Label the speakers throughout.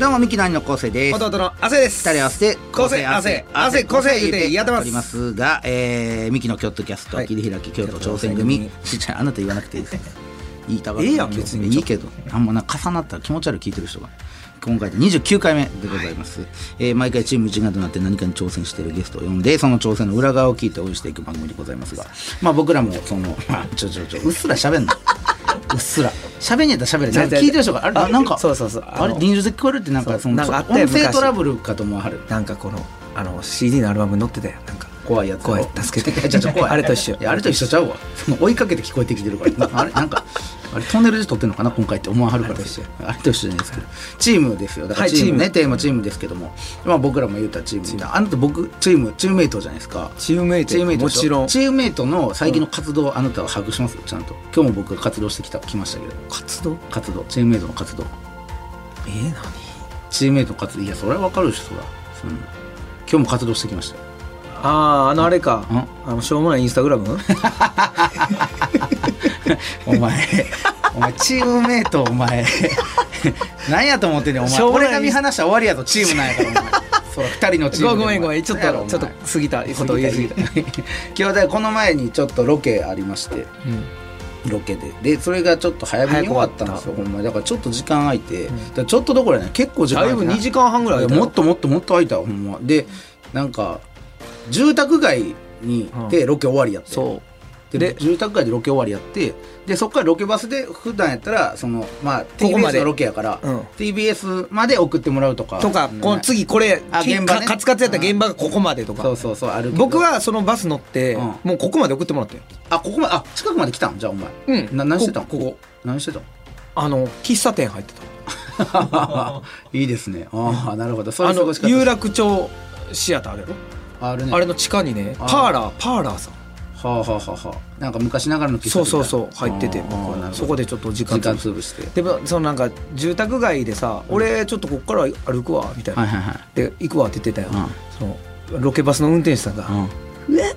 Speaker 1: どうもミキの兄の昴生です
Speaker 2: 弟の汗です
Speaker 1: 二人合わせて
Speaker 2: 昴生汗汗昴生言うてやってます
Speaker 1: おりますが、えー、ミキのキョットキャスト、
Speaker 2: はい
Speaker 1: 切り開き京都挑戦
Speaker 2: 京
Speaker 1: 組
Speaker 2: 都挑
Speaker 1: しーちゃんあなた言わなくていい です言いたかった
Speaker 2: ええやん別に
Speaker 1: いいけどあんまなんか重なったら気持ち悪い聞いてる人が今回で29回目でございます、えー毎回チーム一丸となって何かに挑戦しているゲストを呼んでその挑戦の裏側を聞いて応援していく番組でございますがまあ僕らもその、まあ、ちょちょちょうっすら喋んなうっすら喋んねやったら喋れなんか聞いてる人があれ
Speaker 2: あ
Speaker 1: なんか
Speaker 2: そうそうそうあの
Speaker 1: あれ臨場で聞こえるってなんか
Speaker 2: そう
Speaker 1: その
Speaker 2: なんかあった
Speaker 1: 音
Speaker 2: よ
Speaker 1: 声
Speaker 2: 昔
Speaker 1: トラブルかと思わはる
Speaker 2: なんかこのあの CD のアルバムに載ってたよなんか
Speaker 1: 怖いやつ
Speaker 2: 怖い助けて
Speaker 1: じゃじゃ怖い
Speaker 2: あれと一緒
Speaker 1: いやあれと一緒ちゃ うわその追いかけて聞こえてきてるからなあれなんかあれトンネルで撮ってんのかな今回って思わはるから
Speaker 2: あれと一緒
Speaker 1: あれと一緒じゃないですけどチームですよだから
Speaker 2: はい
Speaker 1: チームね、
Speaker 2: チーム
Speaker 1: テーマチームですけども、まあ、僕らも言うたらチームあなた僕チームチームメイトじゃないですか
Speaker 2: チームメイト
Speaker 1: チームメイト
Speaker 2: も
Speaker 1: でしょ
Speaker 2: ちろん
Speaker 1: チームメイトの最近の活動、あなたは把握しますちゃんと今日も僕が活動してきた来ましたけど
Speaker 2: 活動
Speaker 1: 活動チームメイトの活動
Speaker 2: えー、
Speaker 1: チームメイトの活動いやそれは分かるでしょそらそんな今日も活動してきましたよ
Speaker 2: 何あああのあれか
Speaker 1: うん
Speaker 2: あのしょうもないインスタグラ ム
Speaker 1: お前、 お前チームメイト、お前。 何やと思ってんねん、お
Speaker 2: し
Speaker 1: 前。
Speaker 2: ょうもない
Speaker 1: 俺が見放したら終わりやとチームなんやから、 お前。そら二人のチームで。
Speaker 2: ごめんご
Speaker 1: お
Speaker 2: め
Speaker 1: 前
Speaker 2: んちょっ
Speaker 1: 何やろ
Speaker 2: と
Speaker 1: お前
Speaker 2: ちょっと 過ぎたことを言い過ぎた
Speaker 1: 過ぎた 今日だからこの前にちょっとロケありまして、
Speaker 2: うん
Speaker 1: ロケで。で、それがちょっと早めに終わったんですよ、ほんまにだからちょっと時間空いて、だからちょっとどころやね結構時間
Speaker 2: だ
Speaker 1: 空
Speaker 2: い
Speaker 1: いて
Speaker 2: ぶ
Speaker 1: な
Speaker 2: 2時間半ぐらい
Speaker 1: いやもっともっともっと空いたわほんま。で、なんか、住宅街に行ってロケ終わりやって。
Speaker 2: そ
Speaker 1: で
Speaker 2: で
Speaker 1: 住宅街でロケ終わりやってでそこからロケバスで普段やったらその、まあ、
Speaker 2: こま
Speaker 1: TBS
Speaker 2: で
Speaker 1: のロケやから、
Speaker 2: うん
Speaker 1: TBS まで送ってもらうとか
Speaker 2: うとか
Speaker 1: うん
Speaker 2: この次これ
Speaker 1: あ
Speaker 2: き
Speaker 1: 現場ね
Speaker 2: かカツカツやった現場がここまでと
Speaker 1: そ
Speaker 2: か
Speaker 1: うそうそうあるけど
Speaker 2: 僕はそのバス乗って
Speaker 1: うん
Speaker 2: もうここまで送ってもらったよ
Speaker 1: あここまであ近くまで来たんじゃあお前、
Speaker 2: うん
Speaker 1: な何してたん
Speaker 2: こここ
Speaker 1: 何してたん
Speaker 2: あの喫茶店入ってた
Speaker 1: いいですねああなるほどそうい
Speaker 2: あ
Speaker 1: う過
Speaker 2: の
Speaker 1: ごし方
Speaker 2: 有楽町シアターあるやろ
Speaker 1: あるね
Speaker 2: あれの地下にね
Speaker 1: あ
Speaker 2: パーラーパーラーさん
Speaker 1: はあはあはあはあなんか昔ながらの喫茶
Speaker 2: そう
Speaker 1: 店
Speaker 2: そうそう入ってて
Speaker 1: あー
Speaker 2: 僕は
Speaker 1: あーなるほど
Speaker 2: そこでちょっと時
Speaker 1: 時
Speaker 2: 間
Speaker 1: 間潰して
Speaker 2: でもそのなんか住宅街でさ「俺ちょっとこっから歩くわ」みたい
Speaker 1: はい
Speaker 2: な
Speaker 1: はいはい
Speaker 2: 「で行くわ」って言ってたよ
Speaker 1: うん
Speaker 2: そのロケバスの運転手さんが
Speaker 1: うん
Speaker 2: 「うわ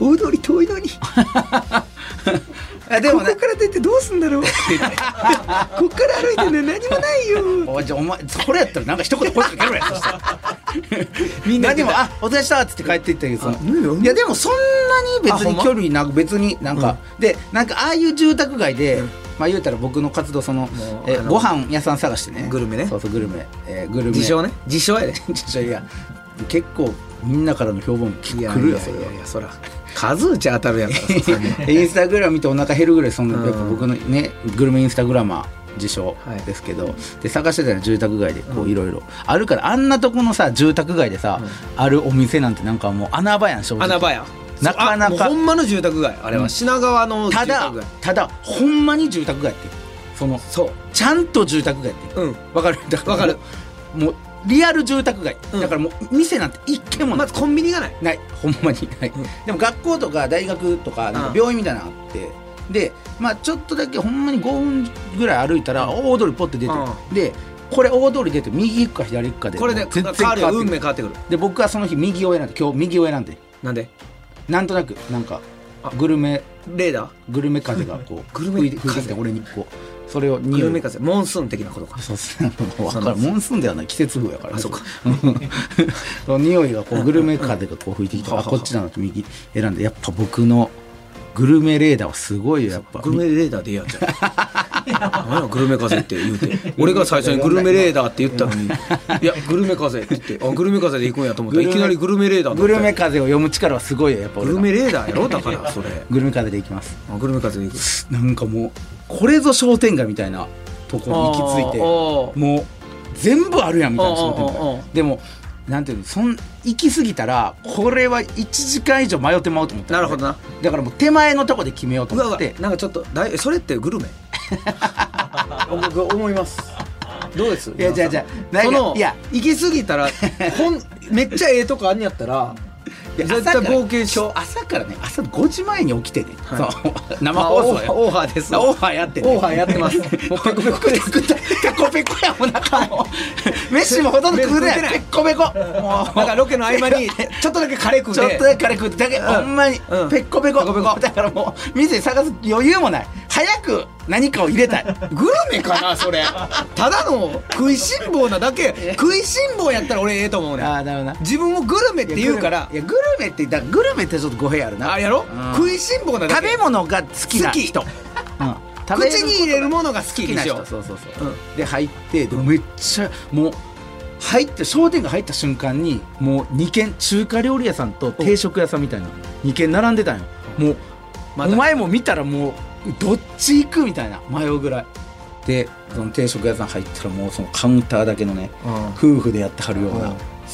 Speaker 2: 大通り遠いのにこ
Speaker 1: あでも
Speaker 2: こ
Speaker 1: ね
Speaker 2: から出てどうすん だろう」って言ってこっから歩いてね何もないよ
Speaker 1: おいじゃあお前それやったらなんか一言声かけろやそしたら
Speaker 2: みんな
Speaker 1: 何
Speaker 2: で
Speaker 1: も
Speaker 2: も
Speaker 1: あお疲れしたっつって帰っていったけどその
Speaker 2: あうんうん
Speaker 1: いやでもそんなに別
Speaker 2: あほ
Speaker 1: に
Speaker 2: んま
Speaker 1: 距離なく別になんか、でなんかああいう住宅街で、まあ言うたら僕の活動その
Speaker 2: もう
Speaker 1: え
Speaker 2: あの
Speaker 1: ご飯屋さん探してね
Speaker 2: グルメね
Speaker 1: そうそうグルメ、えーグルメ
Speaker 2: 自 称ね自称やで
Speaker 1: 自称いや結構みんなからの評判もき
Speaker 2: いや
Speaker 1: 来るよ
Speaker 2: いや
Speaker 1: それ
Speaker 2: い
Speaker 1: は
Speaker 2: やいやそら数打ち当たるやからさすがに
Speaker 1: インスタグラム見てお腹減るぐらいその
Speaker 2: うん
Speaker 1: やっぱ僕のねグルメインスタグラマー自称
Speaker 2: はい
Speaker 1: ですけど、で探してたら住宅街でこういろいろあるからあんなとこのさ住宅街でさ、あるお店なんてなんかもう穴場やん正直
Speaker 2: 穴場や
Speaker 1: なかなか
Speaker 2: そうあもうほんまの住宅街あれ
Speaker 1: うん
Speaker 2: は品川の住
Speaker 1: た
Speaker 2: 宅
Speaker 1: だ
Speaker 2: 街
Speaker 1: ただほんまに住宅街ってその
Speaker 2: そ
Speaker 1: ちゃんと住宅街って
Speaker 2: ううん
Speaker 1: わかるだから
Speaker 2: わかる
Speaker 1: もうリアル住宅街、
Speaker 2: うん
Speaker 1: だからもう店なんて一軒もな
Speaker 2: ま
Speaker 1: い
Speaker 2: ずコンビニがない
Speaker 1: ない ほんまにない、
Speaker 2: うん
Speaker 1: でも学校とか大学とかなんか病院みたいなのあって、でまあちょっとだけほんまに5分ぐらい歩いたら大通りポッて出て、
Speaker 2: う
Speaker 1: でこれ大通り出て右行くか左行くかで
Speaker 2: これ
Speaker 1: も
Speaker 2: で
Speaker 1: う
Speaker 2: 変わるよ
Speaker 1: って
Speaker 2: 運
Speaker 1: く
Speaker 2: 命変わってくる
Speaker 1: で僕はその日右を選んで今日右を選んで
Speaker 2: なんで
Speaker 1: なんとなくなんか
Speaker 2: あ
Speaker 1: グルメ
Speaker 2: レーダー
Speaker 1: グルメ風がこう
Speaker 2: グルメ
Speaker 1: 吹いて吹いてきて
Speaker 2: 風
Speaker 1: 俺にこうそれを
Speaker 2: グ
Speaker 1: 匂
Speaker 2: ルメ
Speaker 1: い
Speaker 2: 風モンスーン的なことか
Speaker 1: そうっすねわか
Speaker 2: そうな
Speaker 1: る
Speaker 2: んです
Speaker 1: モンスーンではない季節風やからね
Speaker 2: あそうか
Speaker 1: うん その匂いがこうグルメ風がこう吹いてきて あ
Speaker 2: ははは
Speaker 1: こっちだなと右選んでやっぱ僕のグルメレーダーはすごいよやっぱ
Speaker 2: グルメレーダーでええやんじゃ ん何やグルメ風って言うて俺が最初にグルメレーダーって言ったのにいやグルメ風って言ってあグルメ風で行くんやと思ったらいきなりグルメレーダーだ
Speaker 1: グ
Speaker 2: った
Speaker 1: ルメ風を読む力はすごいよやっぱ
Speaker 2: グ
Speaker 1: 俺
Speaker 2: ル
Speaker 1: の
Speaker 2: メレーダーやろだからそれ
Speaker 1: グルメ風でいきます
Speaker 2: あグルメ風で行く
Speaker 1: なんかもうこれぞ商店街みたいなとこに行き着いて
Speaker 2: あー
Speaker 1: もう全部あるやんみたいな
Speaker 2: ああ
Speaker 1: 商店
Speaker 2: あああ
Speaker 1: 街でもなんていうのそん行き過ぎたらこれは1時間以上迷ってまうと思った
Speaker 2: なるほどな
Speaker 1: だからもう手前のとこで決めようと
Speaker 2: うわう
Speaker 1: 思っ
Speaker 2: わ
Speaker 1: て
Speaker 2: なんかちょっとだいそれってグルメ僕思いますどうです
Speaker 1: いやじゃあじゃあなんか
Speaker 2: その
Speaker 1: いや
Speaker 2: 行き過ぎたらほんめっちゃええとこあんねやったら
Speaker 1: で
Speaker 2: 絶対冒険し
Speaker 1: 朝から朝からね朝5時前に起きてね、
Speaker 2: はい
Speaker 1: そう 生放送や
Speaker 2: あオーハーオーハーです
Speaker 1: オーハーやってね
Speaker 2: オーハーやっ てますもうペコペコです
Speaker 1: ペコペコやお腹も飯もほとんど食うてないペ
Speaker 2: ペ
Speaker 1: コペコもう
Speaker 2: なんかロケの合間 にちょっとだけカレー食う
Speaker 1: ちょ
Speaker 2: て
Speaker 1: っとだけカレー食うてだけ、
Speaker 2: ん
Speaker 1: ほんまに、
Speaker 2: うん
Speaker 1: ペッコペコ
Speaker 2: ペコペコ
Speaker 1: だからもう店探す余裕もない早く何かを入れたい
Speaker 2: グルメか なそれただの食いしん坊なだけ食いしん坊やったら俺ええと思うねん
Speaker 1: あなるほどな
Speaker 2: 自分をグルメって言うから
Speaker 1: いやグルメってだからグルメってちょっと語弊あるな
Speaker 2: あやろ
Speaker 1: うん
Speaker 2: 食いしん坊なだ
Speaker 1: 食べ
Speaker 2: け
Speaker 1: 物が好きな人
Speaker 2: 好き
Speaker 1: うん食べる
Speaker 2: 口に入れるものが好
Speaker 1: 好
Speaker 2: き
Speaker 1: き
Speaker 2: で
Speaker 1: な
Speaker 2: し
Speaker 1: 人
Speaker 2: ょ
Speaker 1: そうそうそう、で入ってでめっちゃもう入って商店街入った瞬間にもう2軒中華料理屋さんと定食屋さんみたいな2軒並んでたんよもう、
Speaker 2: ま
Speaker 1: お
Speaker 2: た
Speaker 1: 前も見たらもうどっち行くみたいな迷うぐらいでその定食屋さん入ったらもうそのカウンターだけのね、
Speaker 2: うん
Speaker 1: 夫婦でやってはるような、
Speaker 2: うん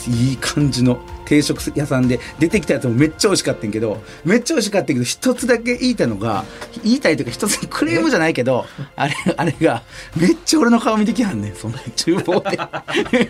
Speaker 1: いい感じの定食屋さんで出てきたやつもめっちゃ美味しかったんやけどめっちゃ美味しかったんやけど一つだけ言いたいのが言いたいというか一つクレームじゃないけどあれあれがめっちゃ俺の顔見てきはんねんその厨房で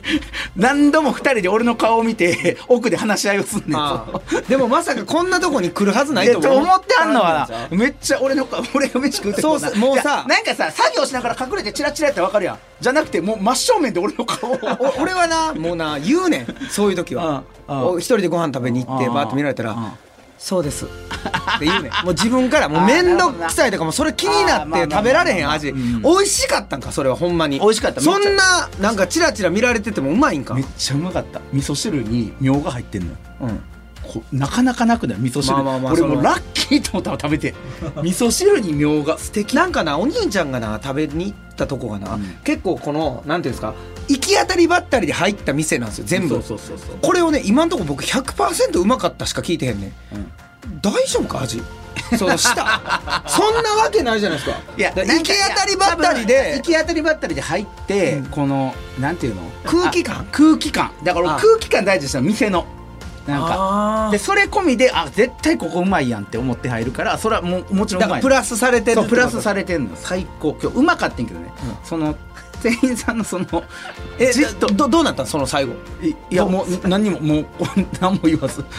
Speaker 1: 何度も二人で俺の顔を見て奥で話し合いをすんねん
Speaker 2: ああでもまさかこんなとこに来るはずない
Speaker 1: いや
Speaker 2: と
Speaker 1: と
Speaker 2: 思う
Speaker 1: 思ってはんのはなめっちゃ俺の顔俺が飯食うてる
Speaker 2: そうっすもうさ
Speaker 1: いやなんかさ作業しながら隠れてチラチラやったら分かるやんじゃなくてもう真正面で俺の顔を
Speaker 2: お俺はなもうな言うねんそういう時は
Speaker 1: うんうん
Speaker 2: お一人でご飯食べに行って
Speaker 1: うん
Speaker 2: バーって見られた
Speaker 1: う
Speaker 2: ら
Speaker 1: ん
Speaker 2: 「そう です」って言うねんもう自分からもう面倒くさいとかもうそれ気にな
Speaker 1: あーまあまあ
Speaker 2: っ
Speaker 1: ま
Speaker 2: て
Speaker 1: あ
Speaker 2: 食べられへん味
Speaker 1: う
Speaker 2: 美
Speaker 1: ん
Speaker 2: 味しかったんかそれはほんまに
Speaker 1: 美味しかっためっち
Speaker 2: そ
Speaker 1: ゃ
Speaker 2: んななんかチラチラ見られててもうまいんか
Speaker 1: めっちゃうまかった味噌汁にみょうが入ってんのよ
Speaker 2: うん
Speaker 1: こなかなかなくない味噌汁、
Speaker 2: まあまあまあ
Speaker 1: 俺
Speaker 2: その
Speaker 1: もうラッキーと思ったら食べ て味噌汁にみょうが素敵
Speaker 2: なんかなお兄ちゃんがな食べに行ったとこがな、
Speaker 1: うん
Speaker 2: 結構このなんていうんですか行き当たりばったりで入った店なんですよ全部
Speaker 1: そうそうそうそう
Speaker 2: これをね今んとこ僕100%うまかったしか聞いてへんねん
Speaker 1: うん
Speaker 2: 大丈夫か味そ の舌そんなわけないじゃないですか
Speaker 1: いや
Speaker 2: だから
Speaker 1: なん
Speaker 2: 行
Speaker 1: か
Speaker 2: き当たりばったり
Speaker 1: いや多分
Speaker 2: で
Speaker 1: 行き当たりばったりで入って、
Speaker 2: うん
Speaker 1: このなんていうの
Speaker 2: 空気感
Speaker 1: あ空気感だから
Speaker 2: あ
Speaker 1: 俺空気感大事にしたの店のなんか
Speaker 2: あー
Speaker 1: でそれ込みであ絶対ここうまいやんって思って入るからそれはもうもちろん
Speaker 2: だ
Speaker 1: う
Speaker 2: か
Speaker 1: ま
Speaker 2: ら
Speaker 1: い
Speaker 2: プラスされてる
Speaker 1: そうプラス
Speaker 2: れ
Speaker 1: されてんの最高今日うまかったんけどね、
Speaker 2: う
Speaker 1: その店員さんのその
Speaker 2: え
Speaker 1: じっ
Speaker 2: どどどうなったのその最後
Speaker 1: いいやもう何にももう 何も言わず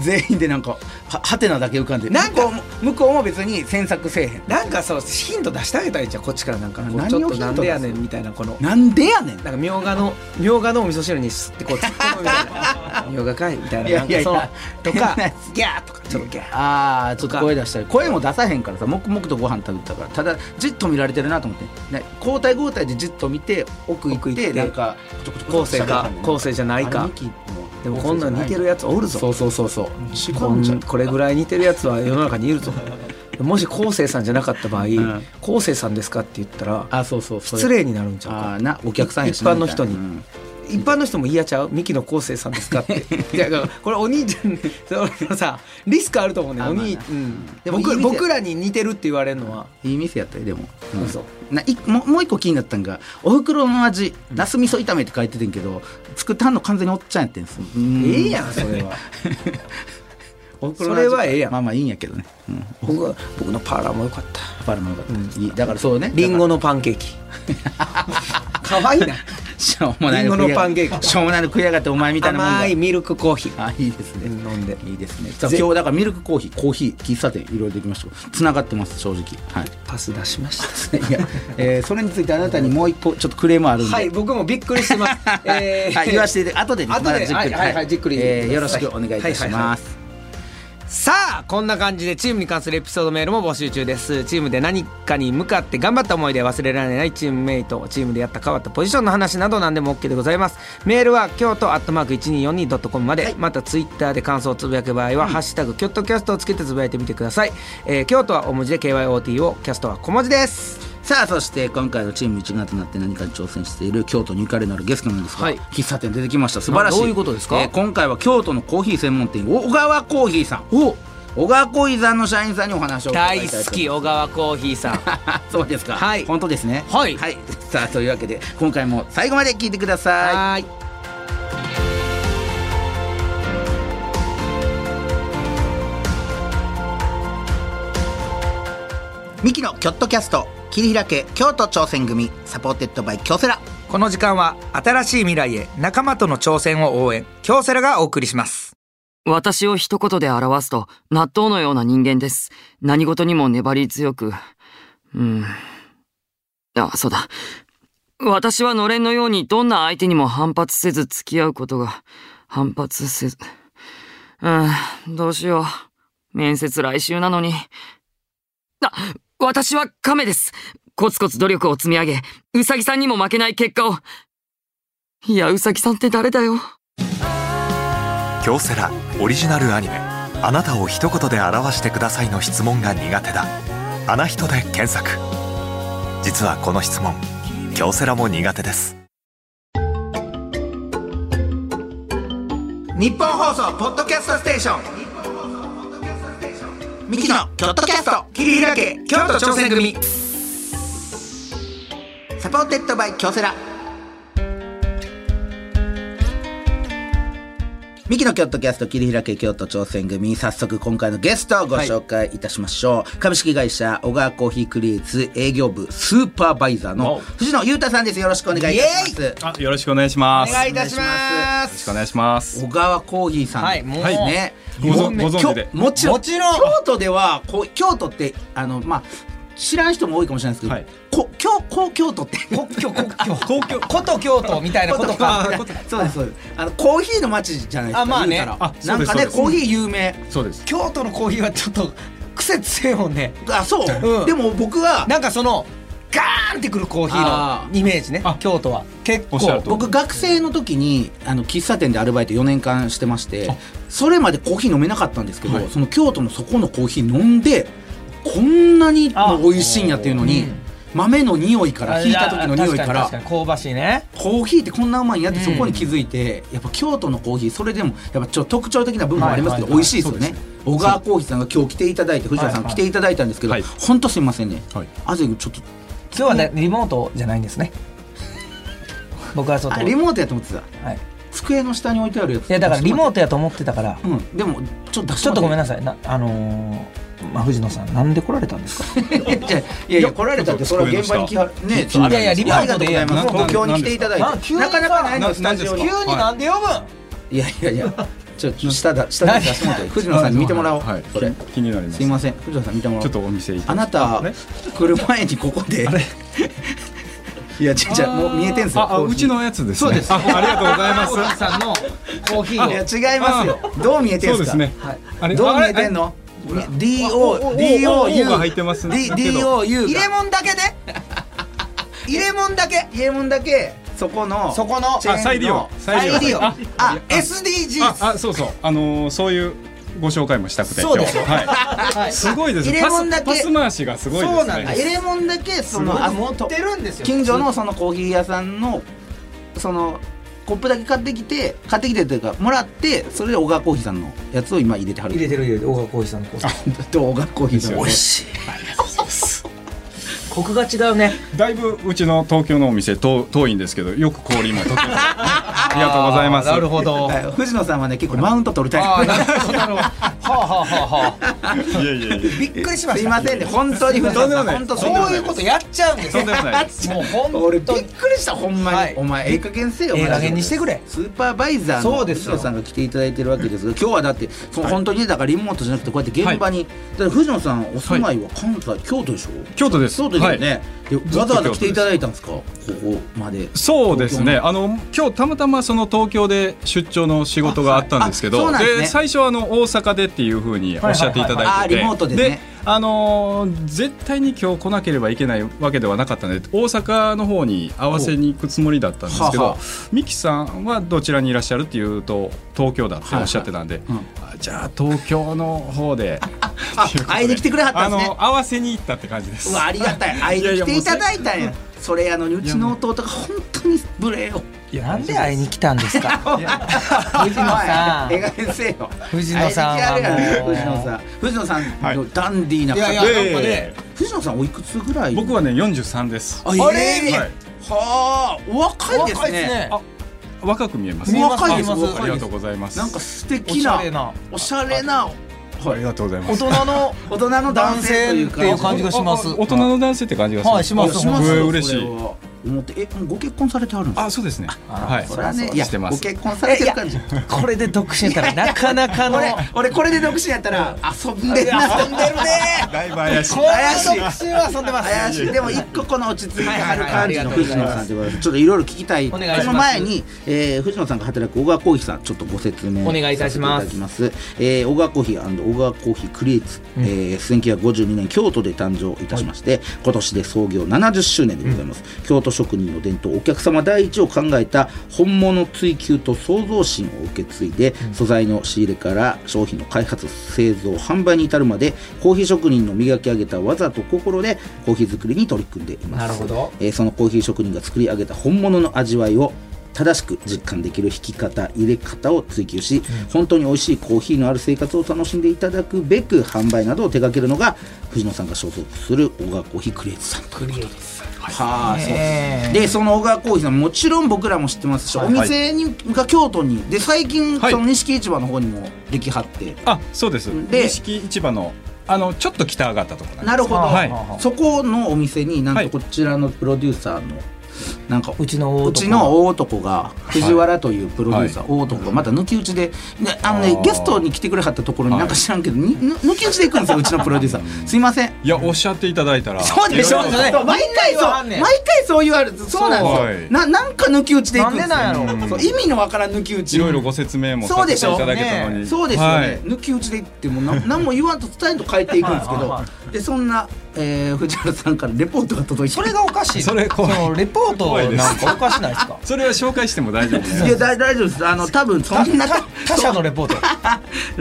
Speaker 1: 全員でなんかははてなだけ浮かんで
Speaker 2: なん
Speaker 1: 向
Speaker 2: か
Speaker 1: こうも向こうも別に詮索せえへん
Speaker 2: なんかそうヒント出してあげたらいいじゃんこっちからなんかこう
Speaker 1: 何を
Speaker 2: ちょっと
Speaker 1: ヒント
Speaker 2: なんでやねんみたいなこの
Speaker 1: なんでやねん
Speaker 2: なんかみょうがのみょうがのお味噌汁にすってこう突っ込むみ たいなみょうがかいみたい
Speaker 1: い
Speaker 2: なな
Speaker 1: や
Speaker 2: ん
Speaker 1: いや
Speaker 2: か
Speaker 1: い
Speaker 2: その
Speaker 1: や
Speaker 2: と
Speaker 1: 変
Speaker 2: か
Speaker 1: なやつ
Speaker 2: ギャーとかちょっとギャー
Speaker 1: ああちょっと声出したり声も出さへんからさ黙々とご飯食べてたからただじっと見られてるなと思って、ね、交代交代でじっと見て奥行って
Speaker 2: 奥行って
Speaker 1: なんかちょこちょこ
Speaker 2: 後世か後世じゃないか
Speaker 1: あれミキも
Speaker 2: でもこんなん似てるやつおるぞ
Speaker 1: そうそうそうそう違
Speaker 2: こ
Speaker 1: うんじゃ
Speaker 2: ん
Speaker 1: ん
Speaker 2: これぐらい似てるやつは世の中にいるぞもし昴生さんじゃなかった場合
Speaker 1: ん
Speaker 2: 「昴生さんですか?」って言ったら
Speaker 1: あそうそうそう
Speaker 2: 失礼になるんちゃう
Speaker 1: あ
Speaker 2: か
Speaker 1: ーなお客さんやし
Speaker 2: 一般の人に
Speaker 1: うん
Speaker 2: 一般の人も嫌ちゃう「ミキの昴生さんですか?」って いやだからこれお兄ちゃんそのさリスクあると思うねん
Speaker 1: あ
Speaker 2: お兄
Speaker 1: まあ
Speaker 2: うん
Speaker 1: でもいい
Speaker 2: 僕
Speaker 1: 店
Speaker 2: 僕らに似てるって言われるのはい
Speaker 1: い店やったよでも、うん
Speaker 2: 嘘
Speaker 1: ないももう一個気になったんがおふくろの味ナス味噌炒めって書いててんけど作ったんの完全におっちゃんやってんす
Speaker 2: え
Speaker 1: え
Speaker 2: えやんそれ は
Speaker 1: おふくろの
Speaker 2: そ
Speaker 1: 味
Speaker 2: れはええやん
Speaker 1: まあまあいいんやけどね、うん、
Speaker 2: 僕は僕のパーラーも良かった
Speaker 1: パルマよかった、
Speaker 2: うん
Speaker 1: いいだからそうね
Speaker 2: リンゴのパンケ ーキ可 愛いな
Speaker 1: しょうもない
Speaker 2: リンゴの
Speaker 1: 食いやが
Speaker 2: パンケーキ
Speaker 1: しょうもないの食いやがってお前みたいなもんが
Speaker 2: 甘いミルクコーヒー
Speaker 1: あいいですね
Speaker 2: 飲んで
Speaker 1: いいですねさあ今日だからミルクコーヒーコーヒー喫茶店いろいろできましたけどつながってます正直はい
Speaker 2: パス出しました
Speaker 1: いや、えーそれについてあなたにもう一個ちょっとクレームあるんで
Speaker 2: はい、僕もびっくりしてます。 えー
Speaker 1: はい、言わせて後でね
Speaker 2: 後で
Speaker 1: まだじっくり
Speaker 2: はいはいはいじっくり
Speaker 1: えーよろしくお願いいたします、
Speaker 2: さあ、こんな感じでチームに関するエピソードメールも募集中です。チームで何かに向かって頑張った思い出、忘れられないチームメイト、チームでやった変わったポジションの話など何でも OK でございます。メールは京都アットマーク 1242.com まで、またツイッターで感想をつぶやく場合は、ハッシュタグキョットキャストをつけてつぶやいてみてください。えー京都は大文字で KYOT を、キャストは小文字です。
Speaker 1: さあそして今回のチーム一丸となって何かに挑戦している京都にゆかりのあるゲストなんですが、
Speaker 2: はい
Speaker 1: 喫茶店出てきました素晴らしい
Speaker 2: どういうことですか
Speaker 1: 今回は京都のコーヒー専門店小川コーヒーさん小川コーヒーさんの社員さんにお話を伺いたいと思います
Speaker 2: 小川コーヒーさん。
Speaker 1: そうですか。
Speaker 2: はい
Speaker 1: 本当ですね。
Speaker 2: はい
Speaker 1: はい。さあというわけで今回も最後まで聞いてくださ
Speaker 2: はい。
Speaker 1: い。ミキのキョットキャスト切り開け京都挑戦組サポーテッドバイ京セラ。
Speaker 2: この時間は新しい未来へ仲間との挑戦を応援京セラがお送りします
Speaker 3: 私を一言で表すと、納豆のような人間です。何事にも粘り強く。うん。あ、そうだ。私はのれんのようにどんな相手にも反発せず付き合うことが、反発せず。うん、どうしよう。面接来週なのに。あ、私は亀です。コツコツ努力を積み上げ、うさぎさんにも負けない結果を。いや、うさぎさんって誰だよ。
Speaker 4: 京セラオリジナルアニメ「あなたを一言で表してください」の質問が苦手だ「あな人」で検索実はこの質問京セラも苦手です
Speaker 1: 日本放送ポッドキャストステーションミキのキョットキャスト切り開け
Speaker 2: 京都挑戦組
Speaker 1: サポーテッドバイ京セラミキの京都キャスト切り開け京都挑戦組早速今回のゲストをご紹介いたしましょう、株式会社小川コーヒークリエイツ営業部スーパーバイザーの藤野裕太さんですよろしくお願いいたします
Speaker 5: あ、よろしくお願いします。
Speaker 2: お
Speaker 5: よ
Speaker 2: 願いいたしま
Speaker 5: ろし
Speaker 2: す
Speaker 5: くお願いします。
Speaker 1: 小川コーヒーさん
Speaker 2: はい
Speaker 1: です
Speaker 2: もう
Speaker 1: ね、
Speaker 5: ご存ご存知で
Speaker 1: きょもちろん
Speaker 2: もちろん
Speaker 1: 京都ではこう京都ってあのまあ知らん人も多いかもしれないですけど、
Speaker 5: はい
Speaker 1: こ京こ京都って
Speaker 2: 国境国境国境古都京都みたいなことか
Speaker 1: そうですそうですあのコーヒーの街じゃないですか
Speaker 2: あまあね
Speaker 1: 言うたら
Speaker 5: あそ
Speaker 1: な
Speaker 5: うんです
Speaker 1: かねコ
Speaker 5: そ
Speaker 1: ー
Speaker 5: う
Speaker 1: ヒー
Speaker 5: で
Speaker 1: 有名
Speaker 5: そうで す。
Speaker 2: 京都のコーヒーはちょっと癖強いもんね
Speaker 1: あそう、
Speaker 2: うん
Speaker 1: でも僕は
Speaker 2: なんかそのガーンってくるコーヒ
Speaker 1: あ
Speaker 2: ーのイメージね
Speaker 5: あ
Speaker 2: 京都は結
Speaker 5: おっしゃる
Speaker 2: 構
Speaker 5: 通り
Speaker 1: 僕学生の時にあの喫茶店でアルバイト4年間してましてそれまでコーヒー飲めなかったんですけど、
Speaker 5: はい
Speaker 1: その京都のそこのコーヒー飲んでこんなにも美味しいんやっていうのに、
Speaker 2: うん
Speaker 1: 豆の匂いから引いた時の匂いから
Speaker 2: 確かに確かに香ばしいね
Speaker 1: コーヒーってこんなうまいんやってそこに気づいて、やっぱ京都のコーヒーそれでもやっぱちょっと特徴的な部分もありますけど、
Speaker 2: はいはいはい
Speaker 1: 美味しいですよね、小川コーヒーさんが今日来ていただいて藤田さん来ていただいたんですけど、
Speaker 5: はい
Speaker 1: ほんとすいませんね、
Speaker 5: はい
Speaker 1: あぜちょっと
Speaker 2: 今日はねリモートじゃないんですね僕はちょっ
Speaker 1: あ
Speaker 2: と
Speaker 1: リモートやと思ってた
Speaker 2: はい
Speaker 1: 机の下に置いてあるやつ
Speaker 2: いやだからリモー
Speaker 1: ト
Speaker 2: トやと思ってたから
Speaker 1: うんでもちょっと出し
Speaker 2: ちょっとごめん
Speaker 1: な
Speaker 2: なさいなあのーまあ、藤野さんなんで来られたんですか
Speaker 1: さいいやいやいや来られたってそれは現場に来はるね
Speaker 2: いやいやリモ
Speaker 1: あり
Speaker 2: ー
Speaker 1: が
Speaker 2: ト
Speaker 1: とう
Speaker 2: で
Speaker 1: ございます
Speaker 5: なん
Speaker 1: 東京に来ていただい
Speaker 2: なんで
Speaker 1: て
Speaker 2: すか
Speaker 1: なかなかないんです
Speaker 5: な
Speaker 1: スタジオに
Speaker 5: な
Speaker 2: 急になんで呼ぶん、
Speaker 1: いやいやいやちょっと下だ下だ出してもらって藤野さんに見てもらおう、
Speaker 5: はい。
Speaker 1: それ
Speaker 5: 気気になります。
Speaker 1: すいません藤野さん見てもらおう
Speaker 5: ちょっとお店行って
Speaker 1: あなた
Speaker 5: あれ
Speaker 1: 来る前にここで いやちゃちゃもう見えてんすよ
Speaker 5: あ、あ
Speaker 1: コーヒー
Speaker 5: うちのやつです
Speaker 1: そ
Speaker 5: ね。
Speaker 1: うです
Speaker 5: あ、ありがとうございま
Speaker 2: おじ
Speaker 5: す。
Speaker 2: さんのコーヒー
Speaker 1: い
Speaker 2: を
Speaker 1: や違いますよどう見えてんすか
Speaker 5: そうですねあれ
Speaker 1: どう見えてんの D O
Speaker 5: お
Speaker 1: D O
Speaker 5: お
Speaker 1: U
Speaker 5: が入ってますね
Speaker 1: D D O U
Speaker 2: 入れ
Speaker 1: が
Speaker 2: もんだ けね入れもんだけ
Speaker 1: 入れ物だけそこの
Speaker 2: そこの
Speaker 1: チェーン
Speaker 5: あ再利用
Speaker 1: 再利用
Speaker 5: 再利用
Speaker 1: ああ
Speaker 2: SDGs
Speaker 5: あ、あ、そうそう。あのーそういうご紹介もしたくて。
Speaker 2: そうですよ
Speaker 5: 今日は
Speaker 2: はい
Speaker 5: い。すごいです
Speaker 1: 入
Speaker 5: ね。
Speaker 1: れ
Speaker 5: パ
Speaker 1: 物だ
Speaker 5: ス
Speaker 1: け
Speaker 5: パス回しがすごいですね。
Speaker 2: そうなんだ
Speaker 1: 入れ物だけそのあ
Speaker 2: 持ってるんですよ
Speaker 1: 近所のそのコーヒー屋さんのそのコップだけ買ってきて買ってきてというかもらってそれで小川コーヒーさんのやつを今入れてはる
Speaker 2: 入れてる入れてる小川浩司さんのコーヒー
Speaker 1: 小川コーヒーさんの
Speaker 5: 美味
Speaker 1: しい
Speaker 2: コクが違うね
Speaker 5: だいぶうちの東京のお店遠遠いんですけど、よく氷もとってます。ありがとうございます。
Speaker 2: なるほど
Speaker 1: はい藤野さんはね結構マウント取りたい
Speaker 2: ああなるほどなるほどはあはあはあはあ
Speaker 5: いやいやいや。
Speaker 2: びっくりしまし
Speaker 1: すい
Speaker 2: た
Speaker 1: ませんね本当に藤
Speaker 5: とんで
Speaker 1: 野
Speaker 5: も
Speaker 1: さ
Speaker 5: なんい
Speaker 1: 本当すいま
Speaker 2: こう
Speaker 1: せん
Speaker 2: いうことやっちゃうんです
Speaker 5: とんでもないです。
Speaker 2: もう本当
Speaker 1: 俺
Speaker 2: に
Speaker 1: びっくりしたほんまに、
Speaker 2: はい
Speaker 1: お前ええ加減せよ
Speaker 2: ええ
Speaker 1: マジで
Speaker 2: 加減にしてくれ
Speaker 1: スーパーバイザー
Speaker 2: そ
Speaker 1: の
Speaker 2: うです
Speaker 1: 藤
Speaker 2: よ
Speaker 1: 野さんが来ていただいてるわけですが今日はだってその本当にだからリモートじゃなくてこうやって現場に、だって藤野さんお住まいは関西、京都でしょ
Speaker 5: 京都です
Speaker 1: 京都ですよね、でわざわざ来ていただいたんですかここまで
Speaker 5: そうですねあの今日たまたまその東京で出張の仕事があったんですけ
Speaker 1: あは
Speaker 5: ど、
Speaker 1: いあそうなんですね
Speaker 5: 最初はあの大阪でっていうふうにおっしゃってい
Speaker 1: は
Speaker 5: た
Speaker 1: いはい
Speaker 5: だ
Speaker 1: はい
Speaker 5: いてて、
Speaker 1: あリモートでね
Speaker 5: あのー絶対に今日来なければいけないわけではなかったので大阪の方に合わせに行くつもりだったんですけ
Speaker 1: はあは
Speaker 5: ど
Speaker 1: あ
Speaker 5: ミキさんはどちらにいらっしゃるっていうと東京だっておっしゃってたんで、
Speaker 1: いはい
Speaker 5: あじゃあ東京の方で
Speaker 1: あ
Speaker 5: っていうことで
Speaker 1: 会いに来てくれはったんですね
Speaker 5: あの合わせに行ったって感じです
Speaker 1: うわありがたい 会いに来ていただいたんや
Speaker 5: いやいやも
Speaker 1: それあのうちの弟が本当に無礼を
Speaker 5: いや
Speaker 2: なんで会いに来たんですか
Speaker 1: 藤
Speaker 2: 野さん
Speaker 1: ええ加減せよ
Speaker 2: 藤野さんはも
Speaker 1: 会
Speaker 2: う
Speaker 1: いに来てやるやん藤野さん藤野さんのダンディーな方、
Speaker 2: いやいやなんかね
Speaker 1: 藤野さんおいくつぐらい
Speaker 5: 僕はね43です
Speaker 1: あ
Speaker 2: あ
Speaker 1: ええ
Speaker 2: れ
Speaker 5: はい
Speaker 1: はあお若いですね
Speaker 2: 若いですね
Speaker 5: あ若く見えます
Speaker 1: お若いです
Speaker 2: 見えま
Speaker 1: お
Speaker 2: す
Speaker 5: あ
Speaker 1: 若
Speaker 5: り
Speaker 1: い
Speaker 5: が
Speaker 1: です
Speaker 5: とうございます。
Speaker 1: なんか素
Speaker 2: お
Speaker 1: 敵
Speaker 2: しゃ
Speaker 1: な
Speaker 2: れな
Speaker 1: おしゃれな
Speaker 5: ありがとうございま
Speaker 2: 大
Speaker 5: す。
Speaker 2: 人の
Speaker 1: 大人の男性という
Speaker 2: 男性っていう
Speaker 1: か
Speaker 2: 感じがします
Speaker 5: おお大人の男性って感じがします。
Speaker 2: はいします
Speaker 1: します
Speaker 5: すごい
Speaker 1: よ
Speaker 5: 嬉し
Speaker 1: それ
Speaker 5: い。
Speaker 1: は思ってえもうご結婚されてあるんですか
Speaker 5: あそうですねはい
Speaker 1: それはねいや
Speaker 5: してま
Speaker 1: ご
Speaker 5: す
Speaker 1: 結婚されてる感じ
Speaker 2: これで独身やったらなかなかの
Speaker 1: 俺 俺これで独身やったら遊んでるな遊んでるね
Speaker 5: だいぶ怪しい
Speaker 1: 怪しい
Speaker 2: 独身は遊んでます
Speaker 1: 怪しいでも一個この落ち着いてはる感じの
Speaker 2: はいはいはい
Speaker 1: 藤野さんということでちょっといろいろ聞きたい
Speaker 2: お願いします
Speaker 1: その前に、えー、藤野さんが働く小川コーヒーさんちょっとご説明
Speaker 2: お願いいたします
Speaker 1: させていただきます、えー、小川コーヒー小川コーヒークリエイツ、えー、1952年京都で誕生いたしまして、今年で創業70周年でございます、京都職人の伝統お客様第一を考えた本物追求と創造心を受け継いで、素材の仕入れから商品の開発製造販売に至るまでコーヒー職人の磨き上げた技と心でコーヒー作りに取り組んでいます
Speaker 2: なるほど
Speaker 1: えーそのコーヒー職人が作り上げた本物の味わいを正しく実感できる引き方入れ方を追求し、本当に美味しいコーヒーのある生活を楽しんでいただくべく販売などを手掛けるのが藤野さんが所属する小川コーヒークリエイツさんということです。はあ、そうですでその小川コーヒーさんもちろん僕らも知ってますし、お店にが京都にで最近
Speaker 5: はい
Speaker 1: その錦市場の方にもできはって、
Speaker 5: あそうです
Speaker 1: で
Speaker 5: 錦市場のあのちょっと北上がったところ
Speaker 1: なるほど、
Speaker 5: はい
Speaker 1: そこのお店になん
Speaker 5: は
Speaker 1: か
Speaker 5: い
Speaker 1: こちらのプロデューサーのなんか
Speaker 2: うちの大男
Speaker 1: うちの大男が藤原というプロデューサー、大男がまた抜き打ちで、ねあの
Speaker 5: あ
Speaker 1: ね
Speaker 5: ー
Speaker 1: ゲストに来てくれはったところになんか知らんけど、にぬ抜き打ちで行くんですようちのプロデューサーすいません
Speaker 5: いやおっしゃっていただいたら
Speaker 1: そうでしょ
Speaker 2: そうね
Speaker 1: そう毎回そう
Speaker 2: 毎回はあんね
Speaker 1: 毎
Speaker 2: ん
Speaker 1: 回そう言われるそうなんです
Speaker 5: は
Speaker 1: よ
Speaker 5: い
Speaker 1: ななんか抜き打ちで行くんですよ
Speaker 2: なんでなんやろ
Speaker 1: そう意味のわからん抜き打ち
Speaker 5: いろいろご説明もさせていただけたのに
Speaker 1: そうですよね、
Speaker 5: はい
Speaker 1: 抜き打ちで言ってもな何も言わんと伝えんと変えていくんですけ
Speaker 2: はい
Speaker 1: ど
Speaker 2: は
Speaker 1: でそんな、えー藤原さんからレポートが届いて
Speaker 2: それがおかしい
Speaker 5: それ怖い
Speaker 2: のレポー
Speaker 5: 怖い
Speaker 2: ト
Speaker 5: です
Speaker 2: なんかおかしないですか
Speaker 5: それは紹介しても大丈夫です
Speaker 1: いや大大丈夫ですあの多分そ んな
Speaker 2: 他社のレポート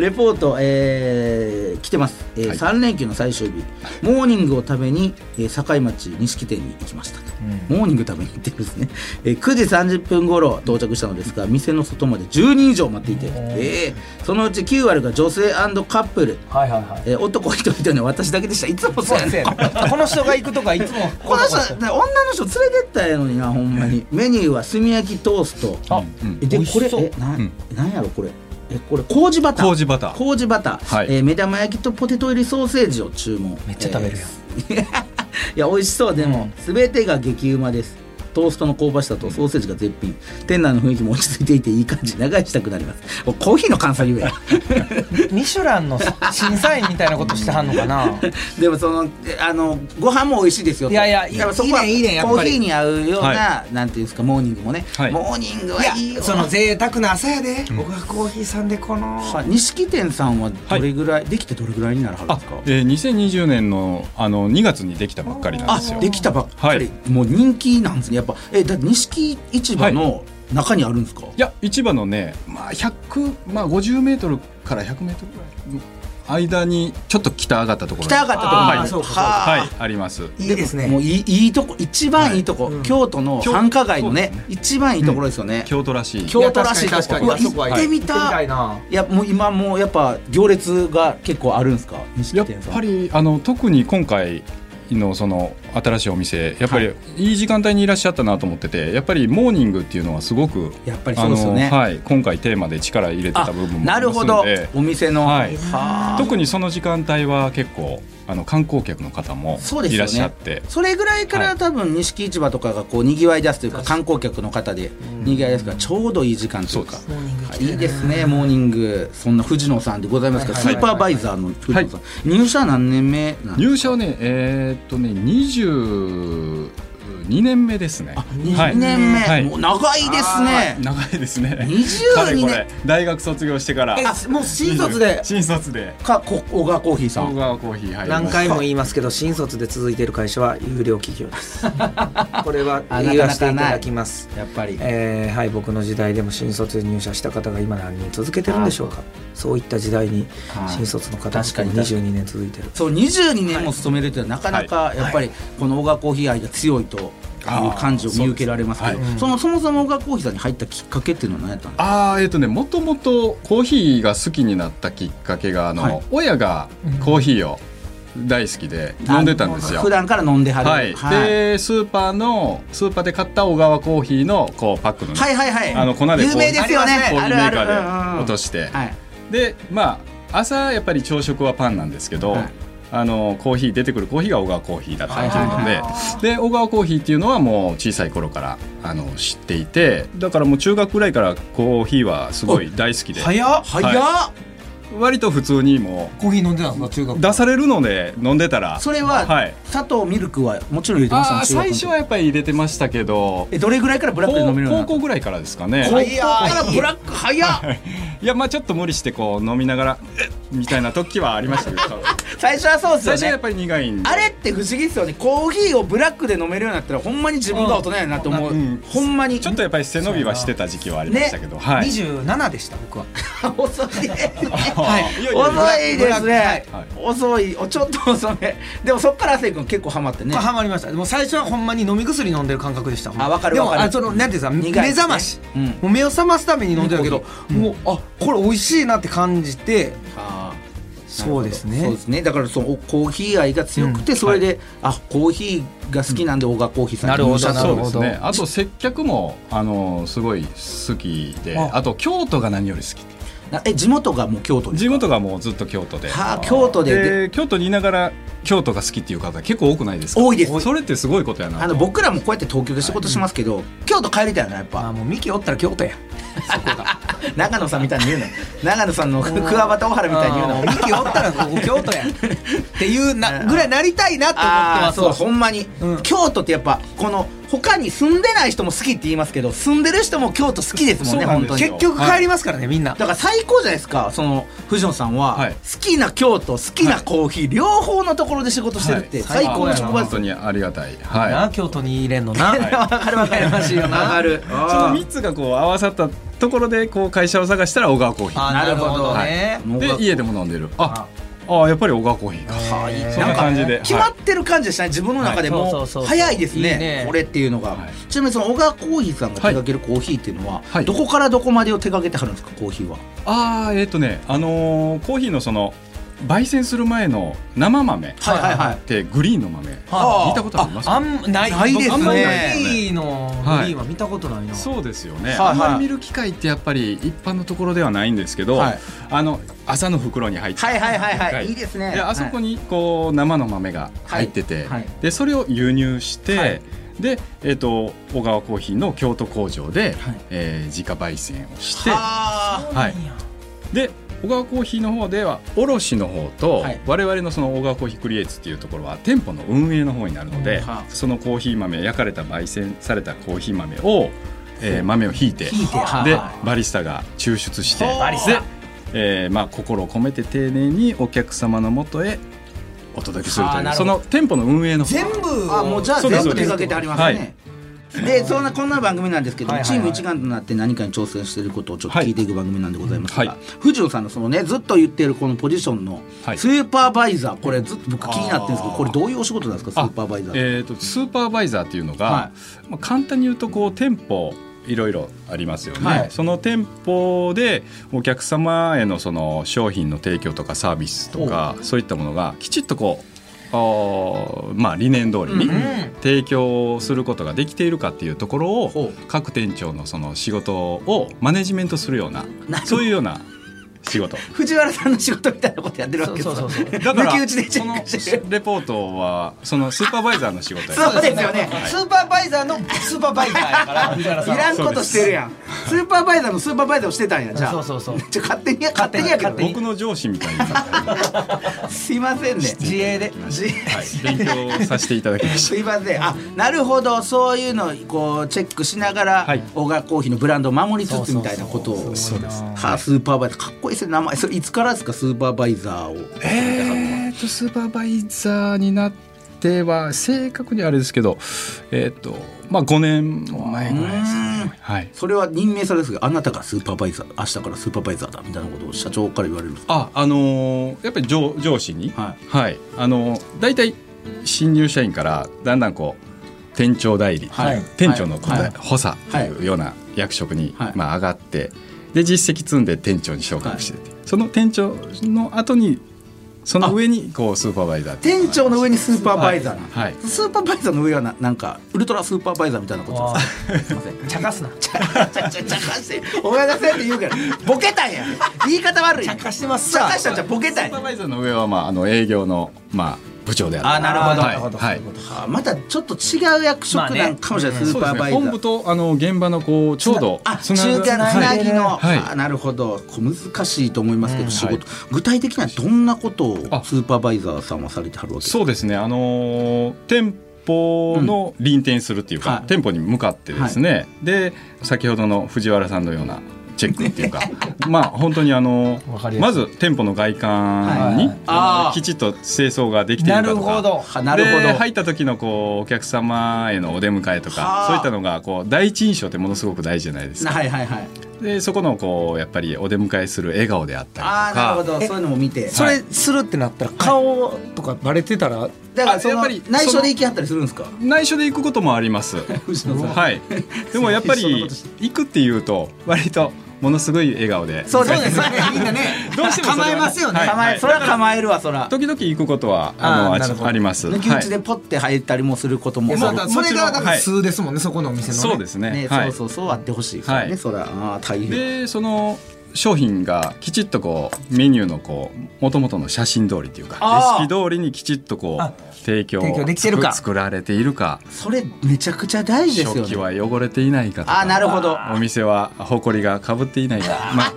Speaker 1: レポート、えー来てます、えー3連休の最終日モーニングを食べに、えー境町錦店に行きましたと、モーニング食べに行ってるんですね、えー9時30分頃到着したのですが店の外まで10人以上待っていて、えーそのうち9割が女性カップル、
Speaker 2: はいはいはい
Speaker 1: えー男一人というのは私だけでしたいつもそ
Speaker 2: そうう
Speaker 1: や
Speaker 2: です
Speaker 1: ね
Speaker 2: ねこの人が行くとかいつも
Speaker 1: この人ね女の人連れてったらええのになほんまにメニューは炭焼きトースト
Speaker 2: あ
Speaker 1: えで
Speaker 2: 美味
Speaker 1: これ
Speaker 2: しそう
Speaker 1: えな、
Speaker 5: うん
Speaker 1: なんやろこれえこれ麹バター
Speaker 5: 麹バター
Speaker 1: 麹バター、
Speaker 5: はい
Speaker 1: えー目玉焼きとポテト入りソーセージを注文
Speaker 2: めっちゃ食べるやん
Speaker 1: えー いや美味しそうでも、全てが激うまですトーストの香ばしさとソーセージが絶品店内の雰囲気も落ち着いていていい感じ長居したくなりますおコーヒーの関西ゆえ や
Speaker 2: ミシュランの審査員みたいなことしてはんのかな
Speaker 1: でもそのえあのご飯も美味しいですよと
Speaker 2: いやいやいい
Speaker 1: っぱそこはい
Speaker 2: いねいいねやっ
Speaker 1: コー
Speaker 2: ぱり
Speaker 1: ヒーに合うような、
Speaker 5: は
Speaker 1: なんていうんですかモーニングもね、
Speaker 5: はい
Speaker 1: モーニングはいいよ
Speaker 2: その贅沢な朝やで僕はコーヒーさんでこの
Speaker 1: はい錦店さんはどれぐらい、できてどれぐらいになるはるん
Speaker 5: あ
Speaker 1: ですか
Speaker 5: えー、2020年のあの2月にできたばっかりなん
Speaker 1: あ
Speaker 5: ですよ
Speaker 1: できたばっかり、もう人気なんですねやっぱえだって錦市場の中にあるんですか、
Speaker 5: いや市場のね、まあ、100まあ50メートルから100メートルぐらいの間にちょっと北上がったところ
Speaker 1: 北上がったところ
Speaker 5: はい
Speaker 1: あーそうかそうか
Speaker 5: はいあります
Speaker 2: いいですね
Speaker 1: もういいいいとこ一番いいとこ、京都の
Speaker 5: 京
Speaker 1: 繁華街のね
Speaker 5: そうです
Speaker 1: 一番いいところですよね、
Speaker 5: 京都らしい
Speaker 1: 京都らしい
Speaker 2: いや
Speaker 1: と
Speaker 2: 確か
Speaker 1: こ
Speaker 2: に
Speaker 1: うわ
Speaker 2: 確かに
Speaker 1: 行ってみ
Speaker 2: 行ってみ
Speaker 1: た
Speaker 2: た
Speaker 1: い
Speaker 2: いない
Speaker 1: やもう今もうやっぱ行列が結構あるんですか
Speaker 5: や
Speaker 1: 錦
Speaker 5: っ
Speaker 1: 店さん
Speaker 5: ぱりあの特に今回のその新しいお店やっぱりいい時間帯にいらっしゃったなと思っててやっぱりモーニングっていうのはすごく
Speaker 1: やっぱりそ
Speaker 5: あ
Speaker 1: うですよ
Speaker 5: の、
Speaker 1: ね
Speaker 5: はい、今回テーマで力入れてた
Speaker 1: あ
Speaker 5: 部分もありますので
Speaker 1: なるほどお店の、
Speaker 5: はい
Speaker 1: はあ
Speaker 5: 特にその時間帯は結構あの観光客の方も
Speaker 1: そうです
Speaker 5: い
Speaker 1: よ
Speaker 5: ら
Speaker 1: ね
Speaker 5: っしゃって、
Speaker 1: それぐらいから多分錦市場とかがこう賑わい出すというか観光客の方で賑わい出すからちょうどいい時間というか
Speaker 5: そ
Speaker 1: はいいいですねモーニングそんな藤野さんでございますから
Speaker 2: はい
Speaker 1: ス
Speaker 2: はい
Speaker 1: ー
Speaker 2: はいは
Speaker 1: パ
Speaker 2: い
Speaker 1: ーバイザーの藤野さん入社何年目なんですか
Speaker 5: 入社はねえーっとね22年目ですね。は
Speaker 1: 2
Speaker 5: い
Speaker 1: 年目、
Speaker 5: はい
Speaker 1: もう長いですね
Speaker 5: 長いですね。
Speaker 1: 22
Speaker 5: かれこ
Speaker 1: 年
Speaker 5: れ大学卒業してから
Speaker 2: えもう新卒で
Speaker 5: 新卒で
Speaker 1: かこ小川コーヒーさ
Speaker 5: 小
Speaker 1: ん
Speaker 5: 川コーヒー入りま
Speaker 2: 何
Speaker 5: した
Speaker 2: 回も言い ますけど新卒で続いている会社は有料企業ですこれは
Speaker 1: あなかなかない
Speaker 2: 言わせていただきます
Speaker 1: やっぱり
Speaker 2: えーはい僕の時代でも新卒で入社した方が今何人続けてるんでしょうかそういった時代に
Speaker 1: はい
Speaker 2: 新卒の方
Speaker 1: 確かに
Speaker 2: も22年続いてる
Speaker 1: そう22年も勤めるというのはなかなかやっぱりこの小川コーヒー愛が強いという感じを見受けられますけど
Speaker 5: あーそう
Speaker 1: そ,、のそもそも小川コーヒーさんに入ったきっかけっていうのは何やったんですか
Speaker 5: あーえっ、とねもともとコーヒーが好きになったきっかけがあの、
Speaker 1: はい
Speaker 5: 親がコーヒーを大好きで飲んでたんですよ
Speaker 1: 普。段から飲んではる、
Speaker 5: はい、でスーパーのスーパーで買った小川コーヒーのこうパックの,、
Speaker 1: はいはいはい
Speaker 5: あの粉でこう
Speaker 1: 有名ですよね
Speaker 5: コーヒーメ
Speaker 1: あ
Speaker 5: ー
Speaker 1: る
Speaker 5: カ
Speaker 1: ある
Speaker 5: ーで落として
Speaker 1: はい
Speaker 5: でまあ朝やっぱり朝食はパンなんですけど、
Speaker 1: はい
Speaker 5: あのコーヒー出てくるコーヒーが小川コーヒーだったりするのでで小川コーヒーっていうのはもう小さい頃からあの知っていてだからもう中学ぐらいからコーヒーはすごい大好きで
Speaker 6: 早っ
Speaker 1: 早っ、
Speaker 5: 割と普通にも
Speaker 6: コーヒー飲んでたんですか中学
Speaker 5: う出されるので飲んでたら
Speaker 1: それは、
Speaker 5: はい
Speaker 1: 砂糖ミルクはもちろん入れてました
Speaker 5: あー
Speaker 1: 中学
Speaker 5: 最
Speaker 1: の時
Speaker 5: 初はやっぱり入れてましたけど
Speaker 1: えどれぐらいからブラックで飲めるようにな
Speaker 5: 高
Speaker 1: った
Speaker 5: 校ぐらいからですかね
Speaker 1: 高校からブラック早っ
Speaker 5: いやまあちょっと無理してこう飲みながらえっみたいな時はありま したけど
Speaker 1: 最初はそうです
Speaker 5: 最
Speaker 1: よ
Speaker 5: 初はやっ
Speaker 1: ね
Speaker 5: ぱり苦いんで
Speaker 1: あれって不思議ですよねコーヒーをブラックで飲めるようになったらほんまに自分が大人やなと思う、
Speaker 5: うん
Speaker 1: ほんまに
Speaker 5: ちょっとやっぱり背伸びはしてた時期はありましたけど、はい
Speaker 6: 二十七でした僕は
Speaker 1: 遅いね
Speaker 5: はいいやいやいや
Speaker 1: 遅いですね
Speaker 5: はい
Speaker 1: 遅いちょっと遅めでもそっから亜生君結構ハマってね
Speaker 2: ハマりましたでも最初はほんまに飲み薬飲んでる感覚でした
Speaker 1: あわかるわかる
Speaker 2: でもあそのなんていうんですか
Speaker 1: 苦いですね
Speaker 2: 目覚まし、
Speaker 1: うん
Speaker 2: もう目を覚ますために飲んでたけど、もうあこれ美味しいなって感じて
Speaker 1: あ
Speaker 2: そうですね
Speaker 1: そうですねだからそのコーヒー愛が強くてそれで、あコーヒーが好きなんで小川コーヒーさんに入社
Speaker 2: なる
Speaker 5: そ
Speaker 2: ほ
Speaker 5: う
Speaker 2: ど
Speaker 5: ですねあと接客もあのすごい好きであと京都が何より好き
Speaker 1: なえ地元がもう京都です
Speaker 5: 地元がもうずっと京都で
Speaker 1: はあ京都でで
Speaker 5: で京都にいながら京都が好きっていう方結構多くないですか
Speaker 1: 多いです
Speaker 5: それってすごいことやな
Speaker 1: あの僕らもこうやって東京で仕事しますけど、京都帰りたいなやっぱ、
Speaker 2: あもうミキおったら京都や
Speaker 1: 長野さんみたいに言うな長野さんの桑畑大原みたいに言う
Speaker 2: あ
Speaker 1: な
Speaker 2: ーミキおったらここ京都やっていうなぐらいなりたいなと思って
Speaker 1: あ
Speaker 2: ま
Speaker 1: あ
Speaker 2: す
Speaker 1: そうほんまに、
Speaker 2: うん
Speaker 1: 京都ってやっぱこの他に住んでない人も好きって言いますけど住んでる人も京都好きですもんね
Speaker 5: そうなん
Speaker 1: 本
Speaker 5: です
Speaker 1: 当
Speaker 5: よ
Speaker 1: に
Speaker 2: 結局帰りますからねみんな
Speaker 1: だから最高じゃないですかその藤野さんは、
Speaker 5: はい
Speaker 1: 好きな京都好きなコーヒー、両方のところで仕事してるって、
Speaker 5: はい
Speaker 1: 最高の職場
Speaker 5: 本
Speaker 1: です
Speaker 5: 当
Speaker 1: よ
Speaker 5: にありがたいはい
Speaker 2: な京都に入れんのな、
Speaker 1: わかるわかる
Speaker 2: 羨ましいよな
Speaker 1: わかる
Speaker 5: その3つがこう合わさったところでこう会社を探したら小川コーヒー
Speaker 2: あ
Speaker 1: なるほど
Speaker 2: ね
Speaker 1: もう
Speaker 5: で家でも飲んでるああやっぱり小川コーヒーか
Speaker 1: はいい
Speaker 5: そんな感じで
Speaker 1: 決まってる感じでしたね自分の中で
Speaker 2: は
Speaker 1: も
Speaker 2: いそうそうそう
Speaker 1: 早いですね,、
Speaker 2: いいね
Speaker 1: これっていうのが、
Speaker 5: はい
Speaker 1: ちなみにその小川コーヒーさんが手掛けるコーヒーっていうのは、
Speaker 5: はい
Speaker 1: どこからどこまでを手掛けてはるんですかコーヒーは
Speaker 5: ああえっ、とねあのーコーヒーのその焙煎する前の生豆っ
Speaker 1: はいはいはい
Speaker 5: てグリーンの豆、
Speaker 1: あ
Speaker 5: 聞いたことありますか
Speaker 2: あんない
Speaker 1: ないですね
Speaker 2: 僕あんまりないのグリーンは見たことないな、
Speaker 5: そうですよね、
Speaker 1: はいはい
Speaker 5: あんまり見る機会ってやっぱり一般のところではないんですけど、
Speaker 1: はい
Speaker 5: あの朝の袋に入って
Speaker 1: はいはいはいはい
Speaker 5: はい
Speaker 1: いいですね
Speaker 5: であそこにこう生の豆が入って
Speaker 1: は
Speaker 5: て、
Speaker 1: いはい
Speaker 5: でそれを輸入して、
Speaker 1: はい
Speaker 5: で、えー、と小川コーヒーの京都工場で、
Speaker 1: はい
Speaker 5: えー自家焙煎をして、
Speaker 1: は
Speaker 5: はい、で小川コーヒーの方では卸の方と、
Speaker 1: はい
Speaker 5: 我々のその小川コーヒークリエイツっていうところは店舗の運営の方になるので、
Speaker 1: うんはあ
Speaker 5: そのコーヒー豆焼かれた焙煎されたコーヒー豆を、えー豆をひいて
Speaker 1: ひいてはあ
Speaker 5: で
Speaker 1: は
Speaker 5: バリスタが抽出して
Speaker 1: はあバリス
Speaker 5: で、えーまあ、心を込めて丁寧にお客様のもとへお届けする
Speaker 1: は
Speaker 5: と
Speaker 1: あ
Speaker 5: い
Speaker 1: な
Speaker 5: う
Speaker 1: るほ
Speaker 5: そ
Speaker 1: ど
Speaker 5: の店舗の運営の方
Speaker 2: 全部
Speaker 1: ああもうじゃあ
Speaker 5: そ
Speaker 1: 全
Speaker 5: うです
Speaker 1: 部手掛けてありますねでそんなこんな番組なんですけど、
Speaker 2: はいはいはい
Speaker 1: チーム一丸となって何かに挑戦していることをちょっと聞いていく番組なんでございますが、
Speaker 5: はい
Speaker 1: 藤野さんのそのねずっと言ってるこのポジションの
Speaker 5: はい
Speaker 1: スーパーバイザー、これずっと僕気になってるんですけどこれどういうお仕事なんですか
Speaker 5: あ
Speaker 1: スーパーバイザーって
Speaker 5: えー、とスーパーバイザーっていうのが、
Speaker 1: は
Speaker 5: まあ、簡単に言うとこう店舗いろいろありますよね、
Speaker 1: はい
Speaker 5: その店舗でお客様へのその商品の提供とかサービスとかそういったものがきちっとこうあーまあ、理念通りに提供することができているかっていうところ
Speaker 1: ほ
Speaker 5: を各店長のその仕事をマネジメントするような
Speaker 1: なる
Speaker 5: そういうような仕事
Speaker 1: 藤原さんの仕事みたいなことやってるわけですよ
Speaker 2: そうそうそう
Speaker 5: だから
Speaker 1: 抜き打ちでチ
Speaker 5: そ
Speaker 1: ェ
Speaker 5: の
Speaker 1: ックしてる
Speaker 5: レポートはそのスーパーバイザーの仕事やから
Speaker 1: そうですよね
Speaker 2: スーパーバイザーのスーパーバイザーやから藤原
Speaker 1: いらんことしてるやんスーパーバイザーのスーパーバイザーをしてたんやじゃあ
Speaker 2: そうそうそう
Speaker 1: ちょ勝手に勝手にやけどね
Speaker 5: 僕の上司みたいな、は
Speaker 1: すいませんね
Speaker 2: 自衛で
Speaker 1: 自衛
Speaker 5: い、勉強させていただきまし
Speaker 1: すいませんあなるほどそういうのをこうチェックしながら、
Speaker 5: はい
Speaker 1: 小川コーヒーのブランドを守りつつみたいなことを
Speaker 5: そうです
Speaker 1: はあスーパーバイザーかっこいいですね名前それいつからですかスーパーバイザーを
Speaker 5: た。えー、っとスーパーバイザーになっては正確にあれですけど、えーっとまあ5年前ぐらいですね。はい。
Speaker 1: それは任命されですけどあなたがスーパーバイザー明日からスーパーバイザーだみたいなことを社長から言われるんですか
Speaker 5: ああのーやっぱり上上司に、
Speaker 1: は
Speaker 5: はい、あのー、大体新入社員からだんだんこう。店長代理、
Speaker 1: はい
Speaker 5: 店長のこう
Speaker 1: はい
Speaker 5: 補佐というような役職に、
Speaker 1: はい
Speaker 5: まあ、上がってで実績積んで店長に昇格してて、その店長の後にその上にこうスーパーバイザーっていう
Speaker 1: 店長の上にスーパーバイザーなの、
Speaker 5: はいはい
Speaker 1: スーパーバイザーの上はななんかウルトラスーパーバイザーみたいなことですすいません
Speaker 2: 茶化すな
Speaker 1: ちゃちゃちゃちゃかしてお前出せって言うからボケたんや言い方悪いちゃかしてますちゃかしたんじゃボケたん
Speaker 5: スーパー
Speaker 1: や
Speaker 5: バイザーの上は、まあ、あの営業の、まあ、部長であ
Speaker 2: あなるほどなるほど
Speaker 5: はい
Speaker 2: そういうこと
Speaker 1: あまたちょっと違う役職なんかもしれない、ス
Speaker 5: そ
Speaker 1: ー
Speaker 5: うで
Speaker 1: パ
Speaker 5: す
Speaker 1: ー
Speaker 5: ね
Speaker 1: バイザ
Speaker 5: 本部
Speaker 1: ー
Speaker 5: とあの現場のこうちょうど
Speaker 1: あ中
Speaker 5: つな
Speaker 1: 華
Speaker 5: ぐ
Speaker 1: つ
Speaker 5: は
Speaker 1: ないぎの、
Speaker 5: はい
Speaker 1: あなるほどこう難しいと思いますけど、仕事、
Speaker 5: はい
Speaker 1: 具体的にはどんなことを
Speaker 5: あ
Speaker 1: スーパーバイザーさんはされてはるわけですか
Speaker 5: そうですねあのー店舗の臨店するっていうか、
Speaker 1: はい
Speaker 5: 店舗に向かってですね、で先ほどの藤原さんのようなチェックっていうかまあ本当にあの
Speaker 2: わかりやすい
Speaker 5: まず店舗の外観に、きちっと清掃ができている
Speaker 2: な
Speaker 5: か
Speaker 2: る
Speaker 5: とか
Speaker 2: ほど
Speaker 1: あなるほど
Speaker 5: で入った時のこうお客様へのお出迎えと
Speaker 1: はあ
Speaker 5: かそういったのがこう第一印象ってものすごく大事じゃないですか。
Speaker 1: はいはいはい
Speaker 5: でそこのこうやっぱりお出迎えする笑顔であったりと
Speaker 1: ああな
Speaker 5: か
Speaker 1: るほどそういうのも見て
Speaker 2: それするってなったら顔とかバレてたら
Speaker 1: だからそ
Speaker 5: あや
Speaker 1: の
Speaker 5: っぱり
Speaker 1: 内緒で行きはったりするんですか
Speaker 5: 内緒で行くこともあります。
Speaker 1: 藤野さん
Speaker 5: はい、でもやっぱり行くっていうと割とものすごい笑顔で
Speaker 1: そうですよねみんなね
Speaker 5: どうしてもそれは
Speaker 1: 構えますよね、
Speaker 5: はい
Speaker 1: 構えそれは構えるわそら
Speaker 5: 時々行くことはあ
Speaker 2: あー
Speaker 5: の
Speaker 2: な
Speaker 5: あ
Speaker 2: る
Speaker 5: ち
Speaker 2: ほど
Speaker 5: あります。
Speaker 1: 抜き打ちでポッて入ったりもすることも、
Speaker 2: え
Speaker 1: そ
Speaker 2: ま
Speaker 1: う
Speaker 2: あ
Speaker 5: も
Speaker 2: それが
Speaker 5: もちろん
Speaker 2: だから
Speaker 5: はい
Speaker 2: 数ですもんねそこのお店
Speaker 5: はい
Speaker 2: の
Speaker 5: そうですね。
Speaker 1: ね
Speaker 5: は
Speaker 1: そう
Speaker 5: い。
Speaker 1: そうそうあってほしいからね、
Speaker 5: はい
Speaker 1: そらああ大変
Speaker 5: でその商品がきちっとこうメニューのこう元々の写真通りという
Speaker 1: あ
Speaker 5: か
Speaker 1: ー
Speaker 5: レシピ通りにきちっとこ
Speaker 2: あ
Speaker 5: う提供
Speaker 2: 提供できてるか
Speaker 5: 作作られているか
Speaker 1: それめちゃくちゃ大事ですよ
Speaker 5: 食
Speaker 1: ね
Speaker 5: 器は汚れていないかとか
Speaker 1: あなるほど
Speaker 5: お店は埃がかぶっていないか、まあ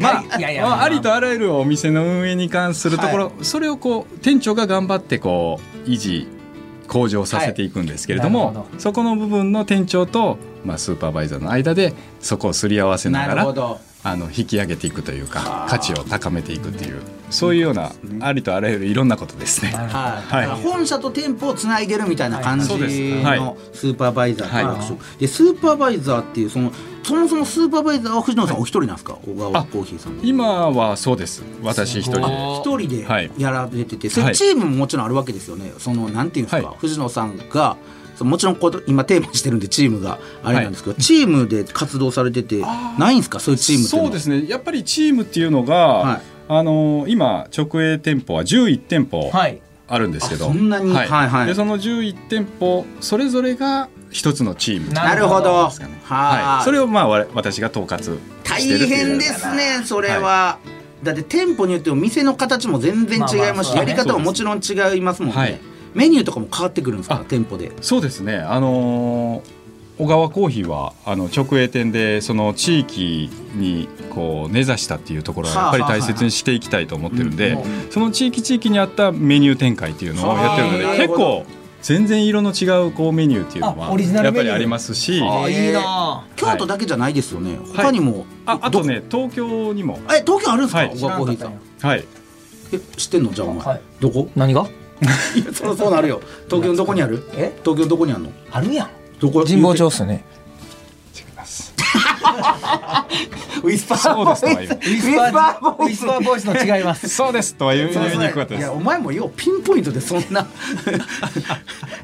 Speaker 5: まあ
Speaker 2: いやいや
Speaker 5: ま
Speaker 2: まあ
Speaker 5: あ、ありとあらゆるお店の運営に関するところ、それをこう店長が頑張ってこう維持向上させていくんですけれども、
Speaker 2: はいなるほ
Speaker 5: そこの部分の店長と、まあ、スーパーバイザーの間でそこをすり合わせな
Speaker 1: な
Speaker 5: が
Speaker 1: るほ
Speaker 5: ら
Speaker 1: ど
Speaker 5: あの引き上げていくというか価値を高めていくというそういうようなありとあらゆるいろんなことですね。
Speaker 1: はい、だから本社と店舗をつないでるみたいな感じ
Speaker 5: はいそうですはい
Speaker 1: のスーパーバイザーっていう
Speaker 5: はい
Speaker 1: 役職でスーパーバイザーっていうそのそもそもスーパーバイザーは藤野さんお一人なんですか、小川
Speaker 5: あ
Speaker 1: コーヒーさんの
Speaker 5: 今はそうです私一人で
Speaker 1: 一人
Speaker 5: はい
Speaker 1: でやられてて、それ
Speaker 5: はい
Speaker 1: チームももちろんあるわけですよね。そのなんていうんですか、
Speaker 5: はい
Speaker 1: 藤野さんがそのもちろんこう今テーマにしてるんでチームがあれなんですけど、チームで活動されててないんですかそういうチームっていうの
Speaker 5: そ
Speaker 1: は
Speaker 5: うですねやっぱりチームっていうのが、
Speaker 1: はい
Speaker 5: あの今直営店舗は11店舗
Speaker 2: はい
Speaker 5: あるんですけど、
Speaker 1: あそんなに
Speaker 5: はい
Speaker 1: はいはい
Speaker 5: でその11店舗それぞれが一つのチーム
Speaker 2: な
Speaker 1: なるほど。は
Speaker 5: ですかね
Speaker 1: あ
Speaker 5: はい、それをまあわれ私が統括
Speaker 1: 大
Speaker 5: してるっていう
Speaker 1: 変ですねそれは、だって店舗によっても店の形も全然違いますし、
Speaker 2: まあまあそうだ
Speaker 1: や
Speaker 2: ね
Speaker 1: り方ももちろん違いますもんね、
Speaker 5: はい
Speaker 1: メニューとかも変わってくるんですか
Speaker 5: あ
Speaker 1: 店舗で
Speaker 5: そうですねあのー小川コーヒーはあの直営店でその地域にこう根ざしたっていうところはやっぱり大切にしていきたいと思ってるんで、
Speaker 1: はあはあ
Speaker 5: その地域地域にあったメニュー展開っていうのをやってるので
Speaker 1: はあ
Speaker 5: 結構全然色の違うこうメニューっていうの
Speaker 2: あ
Speaker 5: は
Speaker 2: オリジナ
Speaker 5: や
Speaker 2: ル
Speaker 5: っ
Speaker 2: メ
Speaker 5: ぱ
Speaker 2: ニュ
Speaker 5: り
Speaker 2: ー
Speaker 5: ありますし
Speaker 2: あ
Speaker 5: あ
Speaker 2: あいいなあ
Speaker 1: 京都だけじゃないですよね、他にも、
Speaker 5: あとね東京にも、
Speaker 1: え東京あるんですか、
Speaker 5: はい
Speaker 1: 小川コーヒーさん
Speaker 5: はい、
Speaker 1: え知ってんのじゃあお前、
Speaker 2: はい
Speaker 1: どこ
Speaker 2: 何が
Speaker 1: いやそりゃそうなるよ東京のどこにある
Speaker 2: え
Speaker 1: 東京のどこにあるの
Speaker 2: あるやん
Speaker 1: どこ
Speaker 2: 神保町っすよね
Speaker 1: ウィスパー
Speaker 5: そうですと は
Speaker 1: ウ
Speaker 5: 言う
Speaker 1: ィスパーボーイズ
Speaker 2: ウィスパーボイスの違います
Speaker 5: そうですとは言い言いにくかった
Speaker 1: い
Speaker 5: で
Speaker 1: や
Speaker 5: す
Speaker 1: お前もようピンポイントでそん な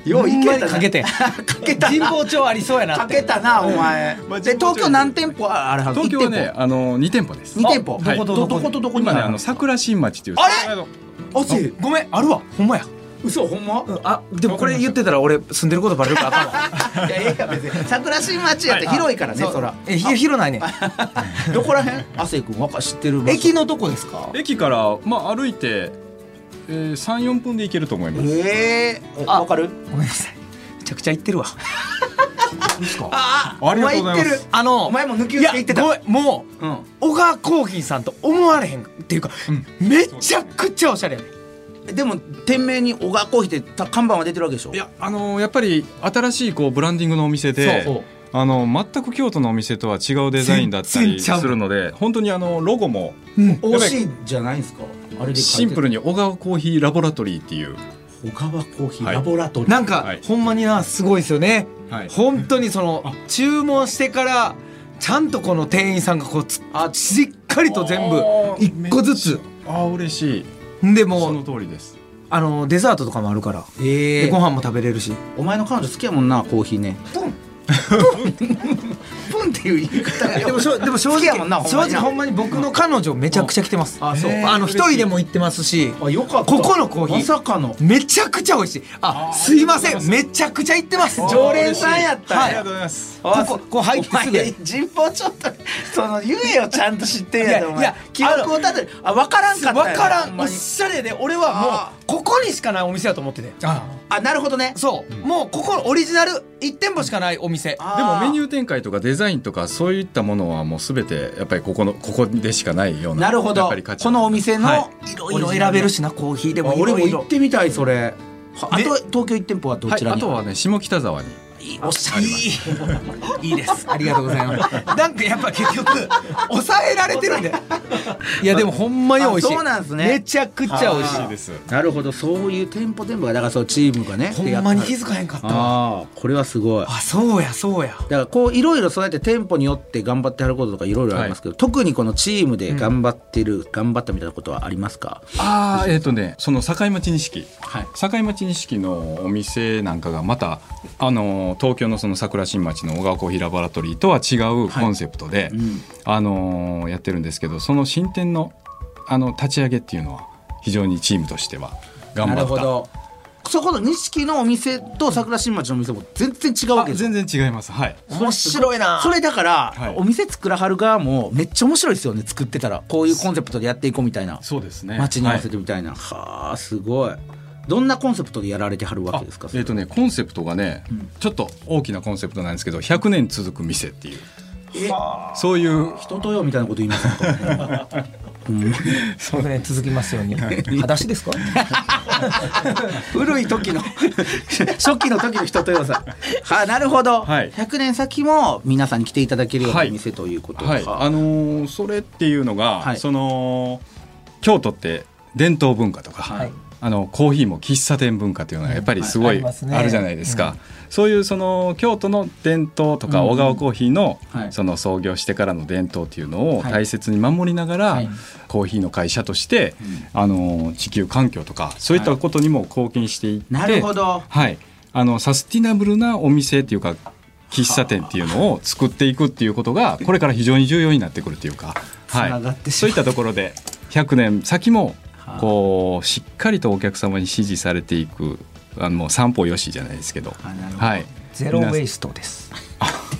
Speaker 1: よういけた
Speaker 2: ほんま
Speaker 1: な
Speaker 2: にかけ て
Speaker 1: かけた
Speaker 2: 神
Speaker 1: な
Speaker 2: 保町ありそうやな
Speaker 1: か
Speaker 2: っ
Speaker 1: け
Speaker 2: て
Speaker 1: たなお前
Speaker 5: まあ
Speaker 1: で東京何店舗ああれは
Speaker 5: 東京はねあの2店舗です
Speaker 1: 2店舗
Speaker 5: はい
Speaker 1: どことどことどこに
Speaker 5: 今ね
Speaker 1: あ
Speaker 5: あ
Speaker 1: る
Speaker 5: の桜新町っていう
Speaker 1: あれ
Speaker 5: あの
Speaker 1: あせ
Speaker 2: ごめんあるわほんまや
Speaker 1: 嘘ほんま
Speaker 2: あでもこれ言ってたら俺住んでることバレるから あかんわ
Speaker 1: いやええや別に桜新町やって広いからねそら
Speaker 2: えひ広ないね
Speaker 1: どこら辺亜生君わか知ってる場所
Speaker 2: 駅のとこですか
Speaker 5: 駅からまあ歩いて、えー、34分で行けると思います、
Speaker 1: ええわかる
Speaker 2: ごめんなさいめちゃくちゃ行ってるわ
Speaker 1: あ
Speaker 5: ありがとうございま
Speaker 1: お前
Speaker 5: す
Speaker 1: 行ってる
Speaker 2: あの
Speaker 1: お前も抜き打ちで行ってた
Speaker 2: いやごめんもう、
Speaker 1: うん
Speaker 2: 小川コーヒーさんと思われへんっていうか、めちゃくちゃおしゃれやね
Speaker 1: でも店名に小川コーヒーってた看板は出てるわけでしょ
Speaker 5: いやあのーやっぱり新しいこうブランディングのお店で
Speaker 2: そう
Speaker 5: あの全く京都のお店とは違うデザインだった
Speaker 2: 全
Speaker 5: り
Speaker 2: 然
Speaker 5: す
Speaker 2: ちゃう
Speaker 5: るので本当にあのロゴも
Speaker 1: 惜しいじゃないですかあれで
Speaker 5: シンプ
Speaker 1: ル
Speaker 5: ルに小川コーヒーラボラトリーっていう、
Speaker 1: 小川コーヒー
Speaker 5: はい
Speaker 1: ラボラトリー
Speaker 2: なんか、
Speaker 5: はい
Speaker 2: ほんまになすごいですよね、
Speaker 5: はい
Speaker 2: 本当にその注文してからちゃんとこの店員さんがこうつ
Speaker 1: あ
Speaker 2: しっかりと全部一個ずつ
Speaker 5: ああ嬉しい
Speaker 2: で
Speaker 5: そ
Speaker 2: も
Speaker 5: の
Speaker 2: う
Speaker 5: 通りです
Speaker 2: あのデザートとかもあるから、
Speaker 1: え
Speaker 2: で
Speaker 1: え
Speaker 2: ご飯も食べれるし
Speaker 1: お前の彼女好きやもんなコーヒーね
Speaker 2: プン
Speaker 1: プンなんていう言い方がでもしょでも正直やもんなほん
Speaker 2: 正
Speaker 1: まに
Speaker 2: 直ほんまに僕の彼女めちゃくちゃ来てますあ
Speaker 1: そう
Speaker 2: の一人でも行ってますし
Speaker 1: あよかった
Speaker 2: ここのコーヒー
Speaker 1: まさかの
Speaker 2: めちゃくちゃ美味しいあすいませんめちゃくちゃ行ってます
Speaker 1: 常連さんやったんや
Speaker 2: は
Speaker 5: ありが
Speaker 2: い
Speaker 5: とうございます。
Speaker 2: ここここ入ってすぐ
Speaker 1: お前人望ちょっとその言えよちゃんと知ってんやで
Speaker 2: いや
Speaker 1: お
Speaker 2: い
Speaker 1: 前
Speaker 2: や
Speaker 1: 記憶を立てるあ分からんかった
Speaker 2: わから
Speaker 1: ほ
Speaker 2: ん
Speaker 1: ま
Speaker 2: おっ
Speaker 1: に
Speaker 2: しゃれで俺は
Speaker 1: あ
Speaker 2: もうここにしかないお店だと思ってて
Speaker 1: あなるほどね
Speaker 2: そう、もうここオリジナル1店舗しかないお店
Speaker 1: あ
Speaker 5: でもメニュー展開とかデザインとかそういったものはもうすべてやっぱりここのここでしかないような
Speaker 1: なるほ
Speaker 5: やっ
Speaker 1: ど
Speaker 5: ぱり価値
Speaker 1: このお店
Speaker 5: はい
Speaker 1: のいろ
Speaker 2: いろいろ選べるしなコーヒーでもい
Speaker 1: 俺
Speaker 2: ろ
Speaker 1: も
Speaker 2: い
Speaker 1: 行っ
Speaker 2: ろ
Speaker 1: てみたいそれはあ
Speaker 2: ね
Speaker 1: と東京一店舗はど
Speaker 5: は
Speaker 1: ち
Speaker 5: い、
Speaker 1: ら
Speaker 5: あ
Speaker 1: に
Speaker 5: とはね下北沢に
Speaker 1: いいおっしゃい
Speaker 2: いい ですありがとうございますなんかやっぱ結局抑えられてるんで いやでもほんまに美味しい
Speaker 1: あそうなんすね
Speaker 2: めちゃくちゃ美味しい
Speaker 5: です
Speaker 1: なるほどそういう店舗店舗がだからそうチームがね
Speaker 2: ほんまに
Speaker 1: で
Speaker 2: 気
Speaker 1: やっ
Speaker 2: づかへんかった
Speaker 1: た
Speaker 2: わ
Speaker 1: ああこれはすごい
Speaker 2: あそうやそうや
Speaker 1: だからこういろいろそうやって店舗によって頑張ってはることとかいろいろありますけど、特にこのチームで頑張ってる、頑張ったみたいなことはありますか
Speaker 5: ああえっ、とねその境町錦
Speaker 1: はい
Speaker 5: 境町錦のお店なんかがまたあのー東京のその桜新町の小川コーヒーラボラトリーとは違うコンセプトで、
Speaker 1: うん
Speaker 5: あのーやってるんですけどその新店のあの立ち上げっていうのは非常にチームとしては頑張
Speaker 1: な
Speaker 5: った
Speaker 1: るほどそこの錦のお店と桜新町のお店も全然違うわ
Speaker 5: あ
Speaker 1: けですよ
Speaker 5: 全然違いますはい
Speaker 2: 面白いな
Speaker 1: それだから、
Speaker 5: はい
Speaker 1: お店作らはる側もめっちゃ面白いですよね作ってたらこういうコンセプトでやっていこうみたいな
Speaker 5: そうですね
Speaker 1: 街に合わせてみたいな、はあすごいどんなコンセプトでやられてはるわけですか
Speaker 5: あえっ、とねコンセプトがね、ちょっと大きなコンセプトなんですけど100年続く店っていうそういう
Speaker 1: 人とよみたいなこと言いますか
Speaker 2: そうね続きますように裸足ですか
Speaker 1: 古い時の初期の時の人とよさはあなるほど、
Speaker 5: はい
Speaker 1: 100年先も皆さんに来ていただけるような
Speaker 5: はい
Speaker 1: お店ということ
Speaker 5: はいあのーそれっていうのが、
Speaker 1: はい
Speaker 5: その京都って伝統文化とか、
Speaker 2: はい
Speaker 5: あのコーヒーも喫茶店文化というのはやっぱりすご
Speaker 2: はいあ
Speaker 5: い
Speaker 2: りますね
Speaker 5: あるじゃないですか、そういうその京都の伝統とか小川コーヒーの
Speaker 1: はい
Speaker 5: その創業してからの伝統っていうのを
Speaker 1: はい
Speaker 5: 大切に守りながら
Speaker 1: はい
Speaker 5: コーヒーの会社としてあの地球環境とかそういったことにも貢献していって
Speaker 1: なるほど
Speaker 5: はい、あのサスティナブルなお店っていうか喫茶店っていうのを作っていくっていうこ とがこれから非常に重要になってくるっていうか、は
Speaker 1: 繋がって
Speaker 5: い、
Speaker 1: しま
Speaker 5: そうういったところで100年先も
Speaker 1: はあ
Speaker 5: こうしっかりとお客様に支持されていくあのもう三方よしじゃないですけど、
Speaker 1: あなるほど
Speaker 5: はい、
Speaker 2: ゼロウェイ
Speaker 5: ス
Speaker 2: ストです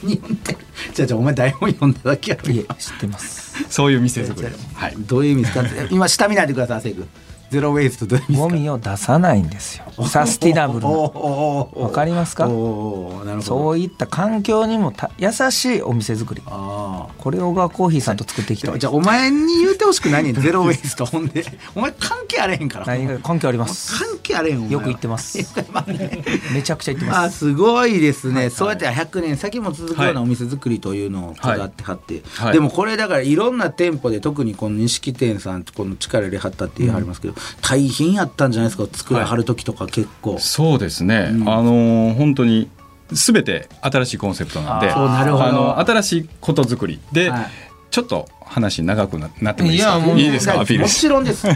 Speaker 1: 日本って じゃあじゃあお前台本読んだだけやろ
Speaker 2: いえ知ってます
Speaker 5: そういう店作りです、はい、
Speaker 1: どういう意味ですか今下見ないでください亜生君ゼロウェイストどういう意味です
Speaker 2: ゴ
Speaker 1: か
Speaker 2: ミを出さないんですよサスティナブルな
Speaker 1: わ
Speaker 2: わかりますか
Speaker 1: なるほど
Speaker 2: そういった環境にもた優しいお店作り
Speaker 1: あ
Speaker 2: これをがコーヒーさんと作っていきた
Speaker 1: あ
Speaker 2: い
Speaker 1: じゃあお前に言うてほしくないねんゼロウェイストほんでお前関係あれへんから
Speaker 2: 何が関係ありま
Speaker 1: 関
Speaker 2: す
Speaker 1: 係あれへんお前は
Speaker 2: よく言ってます
Speaker 1: まあね
Speaker 2: めちゃくちゃ言って
Speaker 1: あ
Speaker 2: ま
Speaker 1: ー
Speaker 2: す
Speaker 1: すごいですね、そうやって100年先も続くようなお店作りというのをこだわってはって、
Speaker 5: はい
Speaker 1: でもこれだからいろんな店舗で特にこの錦店さんこの力入れはったって言われますけど、大変やったんじゃないですか作らはる時とか結構、
Speaker 5: そうですね、あのー本当に全て新しいコンセプトなんで
Speaker 1: あそうなるほど
Speaker 5: あの新しいこと作りで、
Speaker 1: はい
Speaker 5: ちょっと話長くななってもいいです
Speaker 2: い
Speaker 5: か
Speaker 2: やもう
Speaker 5: いいですかアピール
Speaker 1: も
Speaker 5: して
Speaker 1: ちろんです。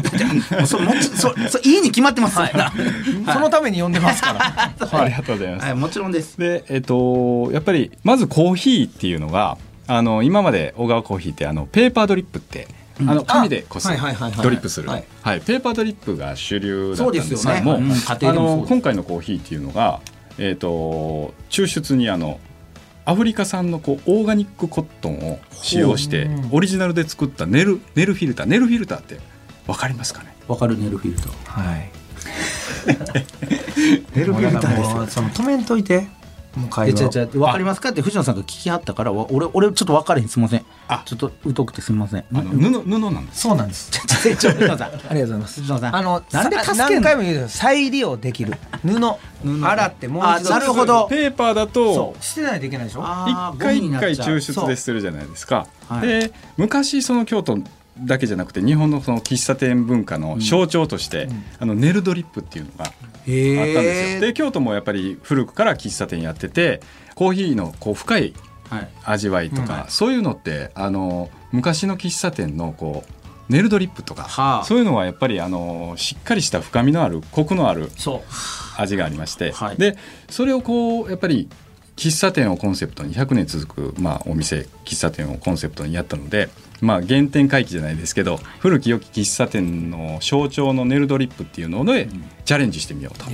Speaker 1: そうもちそうそういいに決まってます。はい、
Speaker 2: そのために呼んでますから
Speaker 5: はい、ありがとうございます、
Speaker 1: もちろんです。
Speaker 5: でえっ、とやっぱりまずコーヒーっていうのがあの今まで小川コーヒーってあのペーパードリップってあの紙でこす、
Speaker 2: はいはいはいはい
Speaker 5: ドリップする、
Speaker 2: は
Speaker 5: はいいペーパードリップが主流だったんですけ
Speaker 1: そうです
Speaker 5: ど
Speaker 1: よね
Speaker 5: も、
Speaker 1: うん家庭でもそう
Speaker 5: あ
Speaker 1: で
Speaker 5: の
Speaker 1: す
Speaker 5: 今回のコーヒーっていうのが、えっと抽出にあのアフリカ産のこうオーガニックコットンを使用してオリジナルで作ったネルネルフィルターネルフィルターってわかりますかね
Speaker 1: わかるネルフィルター。
Speaker 2: はい
Speaker 1: ネルフィルターです
Speaker 2: もう
Speaker 1: よ。
Speaker 2: その止めんといてもう会
Speaker 1: えちゃ
Speaker 2: 話
Speaker 1: ちゃわかりますかって藤野さんが聞きはったからわ俺俺ちょっとわからへんすみません。
Speaker 5: あ
Speaker 1: ちょっと疎くてすみません。
Speaker 5: あの布布なんです
Speaker 2: そうなんです
Speaker 1: ちょちょ藤野さん。
Speaker 2: ありがとうございます
Speaker 1: 藤野さん。
Speaker 2: あ の
Speaker 1: なんで
Speaker 2: さ
Speaker 1: 助けんの
Speaker 2: 何回も言うけど再利用できる布洗ってもう一度
Speaker 1: あなるほど
Speaker 5: ペーパーだと
Speaker 2: そう捨てないといけないでしょ
Speaker 1: あーゴ
Speaker 5: 一
Speaker 1: ミ
Speaker 5: 回
Speaker 1: に
Speaker 5: 一
Speaker 1: なっ
Speaker 5: 回
Speaker 1: ちゃう
Speaker 5: 抽出でするじゃないですか
Speaker 1: そう。はい
Speaker 5: で昔その京都だけじゃなくて日本のその喫茶店文化の象徴として、あのネルドリップっていうのがあったんです
Speaker 1: へ
Speaker 5: よ。
Speaker 1: え。
Speaker 5: で京都もやっぱり古くから喫茶店やっててコーヒーのこう深い
Speaker 1: はい。
Speaker 5: 味わいとか、そういうのってあの昔の喫茶店のこうネルドリップとか、
Speaker 1: はあ
Speaker 5: そういうのはやっぱりあのしっかりした深みのあるコクのある
Speaker 2: そう
Speaker 5: 味がありまして、
Speaker 1: はい
Speaker 5: でそれをこうやっぱり喫茶店をコンセプトに100年続く、まあ、お店喫茶店をコンセプトにやったので、まあ、原点回帰じゃないですけど古き良き喫茶店の象徴のネルドリップっていうので、チャレンジしてみようと。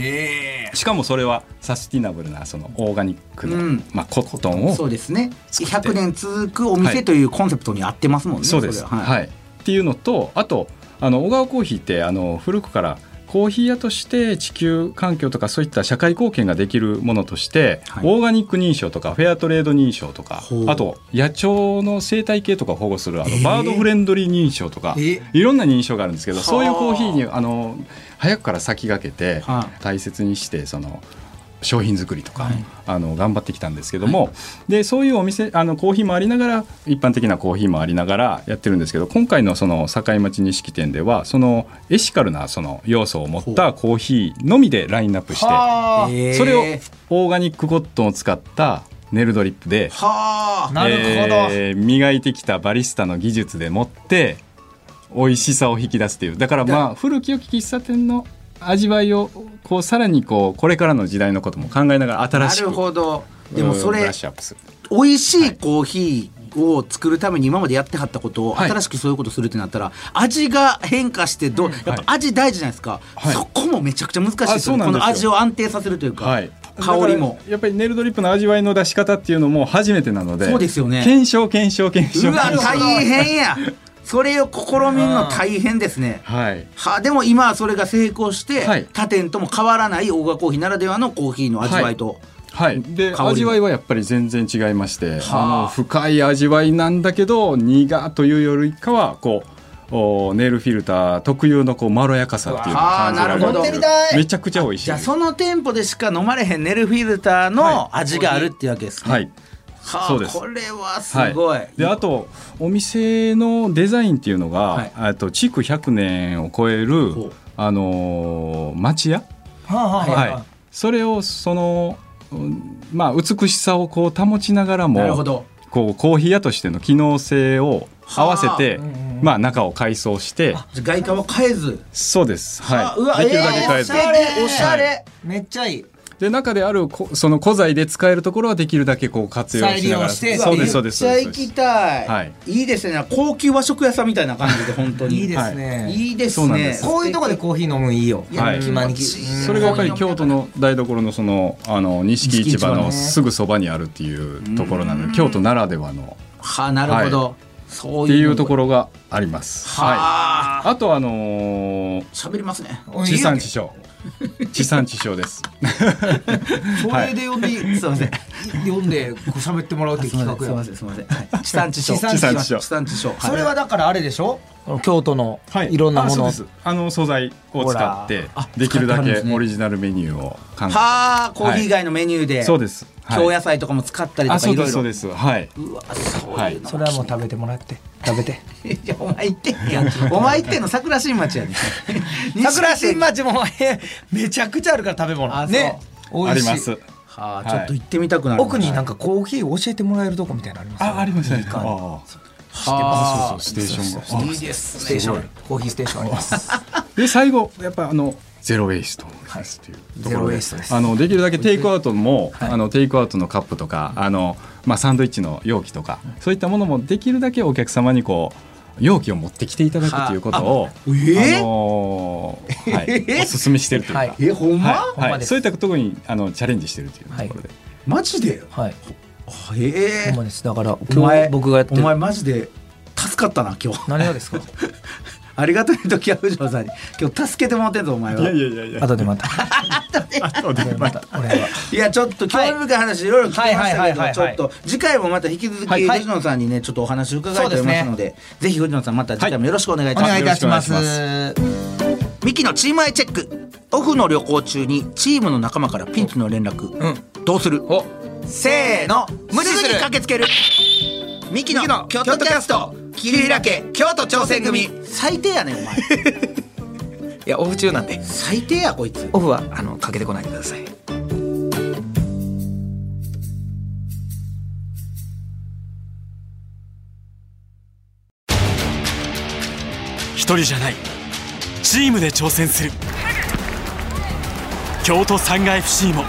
Speaker 5: しかもそれはサスティナブルなそのオーガニックの、
Speaker 1: うん
Speaker 5: まあ、コットンを
Speaker 1: そうですね
Speaker 5: 作って
Speaker 1: 100年続くお店というコンセプトに合ってますもんね、
Speaker 5: そうです
Speaker 1: れ
Speaker 5: は、
Speaker 1: はい
Speaker 5: っていうのとあとあの小川コーヒーってあの古くからコーヒー屋として地球環境とかそういった社会貢献ができるものとして、
Speaker 1: はい
Speaker 5: オーガニック認証とかフェアトレード認証とか
Speaker 1: ほう
Speaker 5: あと野鳥の生態系とかを保護するあの
Speaker 6: えー
Speaker 5: バードフレンドリー認証とか、
Speaker 6: え
Speaker 5: いろんな認証があるんですけど
Speaker 1: はあ
Speaker 5: そういうコーヒーにあの早くから先駆けて
Speaker 1: は
Speaker 5: 大切にしてその商品作りとか、
Speaker 1: はい
Speaker 5: あの頑張ってきたんですけども、でそういうお店あのコーヒーもありながら一般的なコーヒーもありながらやってるんですけど今回のその境町錦店ではそのエシカルなその要素を持ったコーヒーのみでラインナップして、
Speaker 1: はあ
Speaker 6: えー
Speaker 5: それをオーガニックコットンを使ったネルドリップで
Speaker 1: はあ
Speaker 6: なるほど、
Speaker 5: えー磨いてきたバリスタの技術でもって美味しさを引き出すというだからまあ古き良き喫茶店の味わいをこうさらにこうこれからの時代のことも考えながら新
Speaker 1: な
Speaker 5: しく
Speaker 1: るほどでもそ
Speaker 5: うんブ
Speaker 1: れ
Speaker 5: ラッシュアップする
Speaker 1: 美味しいコーヒーを作るために今までやってはったことを
Speaker 5: はい
Speaker 1: 新しくそういうことするってなったら、味が変化してどうやっぱ味大事じゃないですか、
Speaker 5: はい
Speaker 1: そこもめちゃくちゃ難しいですよ
Speaker 5: あそうなん
Speaker 1: こ
Speaker 5: ですよ
Speaker 1: の味を安定させるというか、
Speaker 5: はい
Speaker 1: 香りも
Speaker 5: だからやっぱりネルドリップの味わいの出し方っていうのも初めてなので
Speaker 1: そうですよね
Speaker 5: 検証検証検
Speaker 1: う
Speaker 5: 証
Speaker 1: わ
Speaker 5: 検証
Speaker 1: 大変やそれを試みるの大変ですね
Speaker 5: はい
Speaker 1: はでも今はそれが成功して、
Speaker 5: はい
Speaker 1: 他店とも変わらない大賀コーヒーならではのコーヒーの味わいと、
Speaker 5: はい、で
Speaker 1: 香りも
Speaker 5: 味わいはやっぱり全然違いまして、
Speaker 1: はあ
Speaker 5: あ、の深い味わいなんだけど苦というよりかはこうおネイルフィルター特有のこうまろやかさっていうのを感じられ
Speaker 1: うわあなるほど飲んでみ
Speaker 6: たい
Speaker 5: めちゃくちゃ美味しい
Speaker 1: じゃあ
Speaker 5: です
Speaker 1: その店舗でしか飲まれへんネルフィルター
Speaker 5: は
Speaker 1: の味があるっていうわけですね、
Speaker 5: はい
Speaker 1: はあ
Speaker 5: そうです
Speaker 1: これはす
Speaker 5: はい
Speaker 1: ごい、
Speaker 5: であとお店のデザインっていうの
Speaker 1: は
Speaker 5: が
Speaker 1: い、
Speaker 5: あと築100年を超え
Speaker 1: ほう
Speaker 5: る、あのー町屋、
Speaker 6: はあはあはあ
Speaker 5: はい、それをその、うんまあ、美しさをこう保ちながらも
Speaker 1: なるほど
Speaker 5: こうコーヒー屋としての機能性を合わせて、
Speaker 6: はあうんうん
Speaker 5: まあ、中を改装して
Speaker 1: じゃあ外観は変えず
Speaker 5: そうです、
Speaker 1: あう
Speaker 5: は
Speaker 1: わ
Speaker 5: い、できるだけ変え
Speaker 1: お
Speaker 5: ず、
Speaker 1: しゃれおしゃれ、
Speaker 6: めっちゃいい
Speaker 5: で中であるこその古材で使えるところはできるだけこう活用しながら
Speaker 6: 再利用して
Speaker 5: そうですそうですそう
Speaker 1: めっちゃ
Speaker 5: です
Speaker 1: 行きたい、
Speaker 5: はい
Speaker 1: い、いですね高級和食屋さんみたいな感じで本当に
Speaker 6: いいですね、
Speaker 1: いいです
Speaker 5: そうなん
Speaker 1: ね
Speaker 5: です
Speaker 6: こういうとこでコーヒー飲むんいいよ、
Speaker 5: やはい
Speaker 6: 気まにき
Speaker 5: それがやっぱり京都の台所のそのあの錦市場のすぐそばにあるっていうところなので京都ならではの
Speaker 1: はあなるほど、そ
Speaker 5: っ
Speaker 1: う
Speaker 5: て
Speaker 1: いう
Speaker 5: いうとこ
Speaker 1: ろ
Speaker 5: ろがあります。はい、
Speaker 1: はあ
Speaker 5: あとあのー
Speaker 1: 喋りますね
Speaker 6: うん
Speaker 5: 地産
Speaker 6: い
Speaker 5: 地消地産地消です。
Speaker 6: いよ それで呼んで、
Speaker 1: すいません
Speaker 6: 読んでこう喋ってもらうっていう
Speaker 1: すみ
Speaker 6: 企
Speaker 1: ませんす
Speaker 6: 画
Speaker 1: み
Speaker 6: や
Speaker 1: ませんすみません、はい、地産地消
Speaker 5: 地
Speaker 6: 地産地消
Speaker 5: 産地消
Speaker 1: 地産地消
Speaker 6: それはだからあれでしょ京都の
Speaker 5: はい、
Speaker 6: いろんなもの、
Speaker 5: あそうですあの素材を使って
Speaker 1: ほらあ
Speaker 5: できるだ
Speaker 1: 使ってあるんで
Speaker 5: け
Speaker 1: すね
Speaker 5: オリジナルメニューを考
Speaker 1: はあコーヒー以外のメニューで、
Speaker 5: えそうです。
Speaker 1: 京
Speaker 5: はい
Speaker 1: 野菜とかも使ったりと
Speaker 5: あ
Speaker 1: か
Speaker 5: そう
Speaker 1: い
Speaker 5: で
Speaker 1: ろ
Speaker 5: す
Speaker 1: い
Speaker 5: そう
Speaker 1: ろ
Speaker 5: ですはい。
Speaker 1: うわそう
Speaker 5: は
Speaker 1: いう
Speaker 5: い
Speaker 1: の
Speaker 6: それはもう食べてもらって食べて
Speaker 1: いやお前行ってんやん お前行ってんの桜新町やねん
Speaker 6: 桜 新町も めちゃくちゃあるから食べ
Speaker 1: あそ
Speaker 6: 物
Speaker 1: う
Speaker 6: ね美
Speaker 5: あ
Speaker 6: 味
Speaker 5: り
Speaker 6: しい
Speaker 5: ます。
Speaker 1: はあ
Speaker 5: はい
Speaker 1: ちょっと行ってみたくなる
Speaker 6: 奥になんかコーヒーを教えてもらえるとこみたいなのありますよ
Speaker 5: あありますね。
Speaker 6: い
Speaker 5: ああ
Speaker 1: はあ
Speaker 5: そうそうステーションが。
Speaker 1: いいです
Speaker 6: ステー
Speaker 1: ね
Speaker 6: ションコーヒーステーションあります
Speaker 5: で最後やっぱあのゼロウェイストを目指すというところ
Speaker 6: ゼロウ
Speaker 5: で,、
Speaker 6: ェイストです
Speaker 5: あのできるだけテイクアウトも、あのテイクアウトのカップとかあの、まあ、サンドイッチの容器とかそういったものもできるだけお客様にこう容器を持ってきていただくということを、あ
Speaker 1: え
Speaker 5: のーはい、おすすめしてるというか、
Speaker 6: は
Speaker 5: はいい
Speaker 1: えほんま、
Speaker 6: ほんま
Speaker 5: は
Speaker 6: で
Speaker 5: い、
Speaker 6: す
Speaker 5: そういったところにあのチャレンジしてるというところで、
Speaker 1: マジで
Speaker 6: はい
Speaker 1: え
Speaker 6: ほん
Speaker 1: え
Speaker 6: まですだから
Speaker 1: お
Speaker 6: 今
Speaker 1: 前
Speaker 6: 日僕がやって
Speaker 1: お
Speaker 6: る
Speaker 1: 前マジで助かったな今日
Speaker 6: 何がですか
Speaker 1: ありがとう時は藤野さんに今日助けてもらってんぞお前はい
Speaker 5: やいやいや
Speaker 6: 後 でまた後でまた俺はい
Speaker 1: やちょっと興味深い話いろいろ聞きました
Speaker 6: は
Speaker 1: け
Speaker 6: いはいはいはいは
Speaker 1: ど
Speaker 6: い
Speaker 1: ちょっと次回もまた引き続き
Speaker 6: はいはい
Speaker 1: 藤野さんにねちょっとお話伺いておりますのでぜひ藤野さんまた次回もよろしくお願いい
Speaker 6: お
Speaker 1: たしま
Speaker 6: 願い
Speaker 1: す
Speaker 6: いたします
Speaker 5: よろしくお願い
Speaker 1: ミキのチームアイチェックオフの旅行中にチームの仲間からピンチの連絡、どうするせーの
Speaker 6: 無視する
Speaker 1: ぐに駆けつけるミキの京都キャスト桐平家京都挑戦組 最低やねんお 前
Speaker 6: いやオフ中なんで
Speaker 1: 最低やこいつ
Speaker 6: オフはあのかけてこないでください
Speaker 7: 一人じゃないチームで挑戦する京都サンガ FC も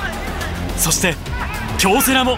Speaker 7: そして京セラも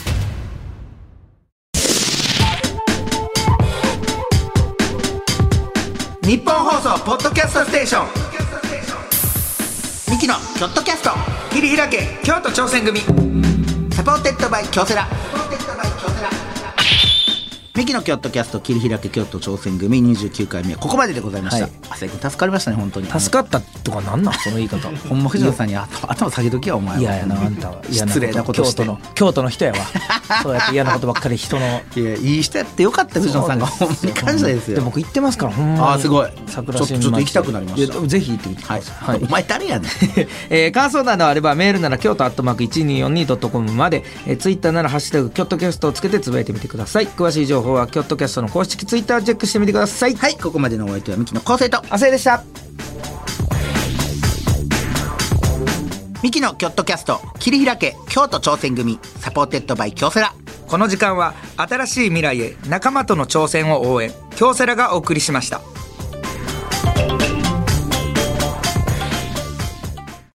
Speaker 1: 日本放送ポッドキャストステーションミキのキョットキャスト切り開け京都挑戦組サポーテッドバイ京セラミキのキョットキャスト切り開け京都挑戦組29回目ここまででございました、
Speaker 2: はい
Speaker 1: 浅井君助かりましたね本当に
Speaker 2: 助かったとかなんなんその言い方
Speaker 1: ほんま藤野さんに頭頭下げときやお前はい
Speaker 2: ややなあんたは嫌な
Speaker 1: 失礼なことして
Speaker 2: 京都の京都の人やわそうやって嫌なことばっかり人の
Speaker 1: いやいい人やってよかった藤野さんがほんまに 感謝ですよ
Speaker 2: で僕行ってますからほんまに
Speaker 1: あーすごい
Speaker 2: 桜
Speaker 1: ちょっと
Speaker 2: 新町
Speaker 1: ちょっと行きたくなりました
Speaker 2: いやぜひ行ってみてく
Speaker 1: は
Speaker 2: だ
Speaker 1: い、
Speaker 2: さい、
Speaker 1: お前誰やねん
Speaker 2: えー感想などあればメールなら京都アットマーク 1242.com まで、えー、ツイッターなら「ハッシュタグキョットキャスト」をつけてつぶやいてみてください詳しい情報はキョットキャストの公式ツイッターチェックしてみてください
Speaker 1: はいここまでのお相手はミキの昴生と
Speaker 2: 亜生でした
Speaker 1: ミキのキョットキャスト切り開け京都挑戦組サポーテッドバイ京セラ
Speaker 6: この時間は新しい未来へ仲間との挑戦を応援京セラがお送りしました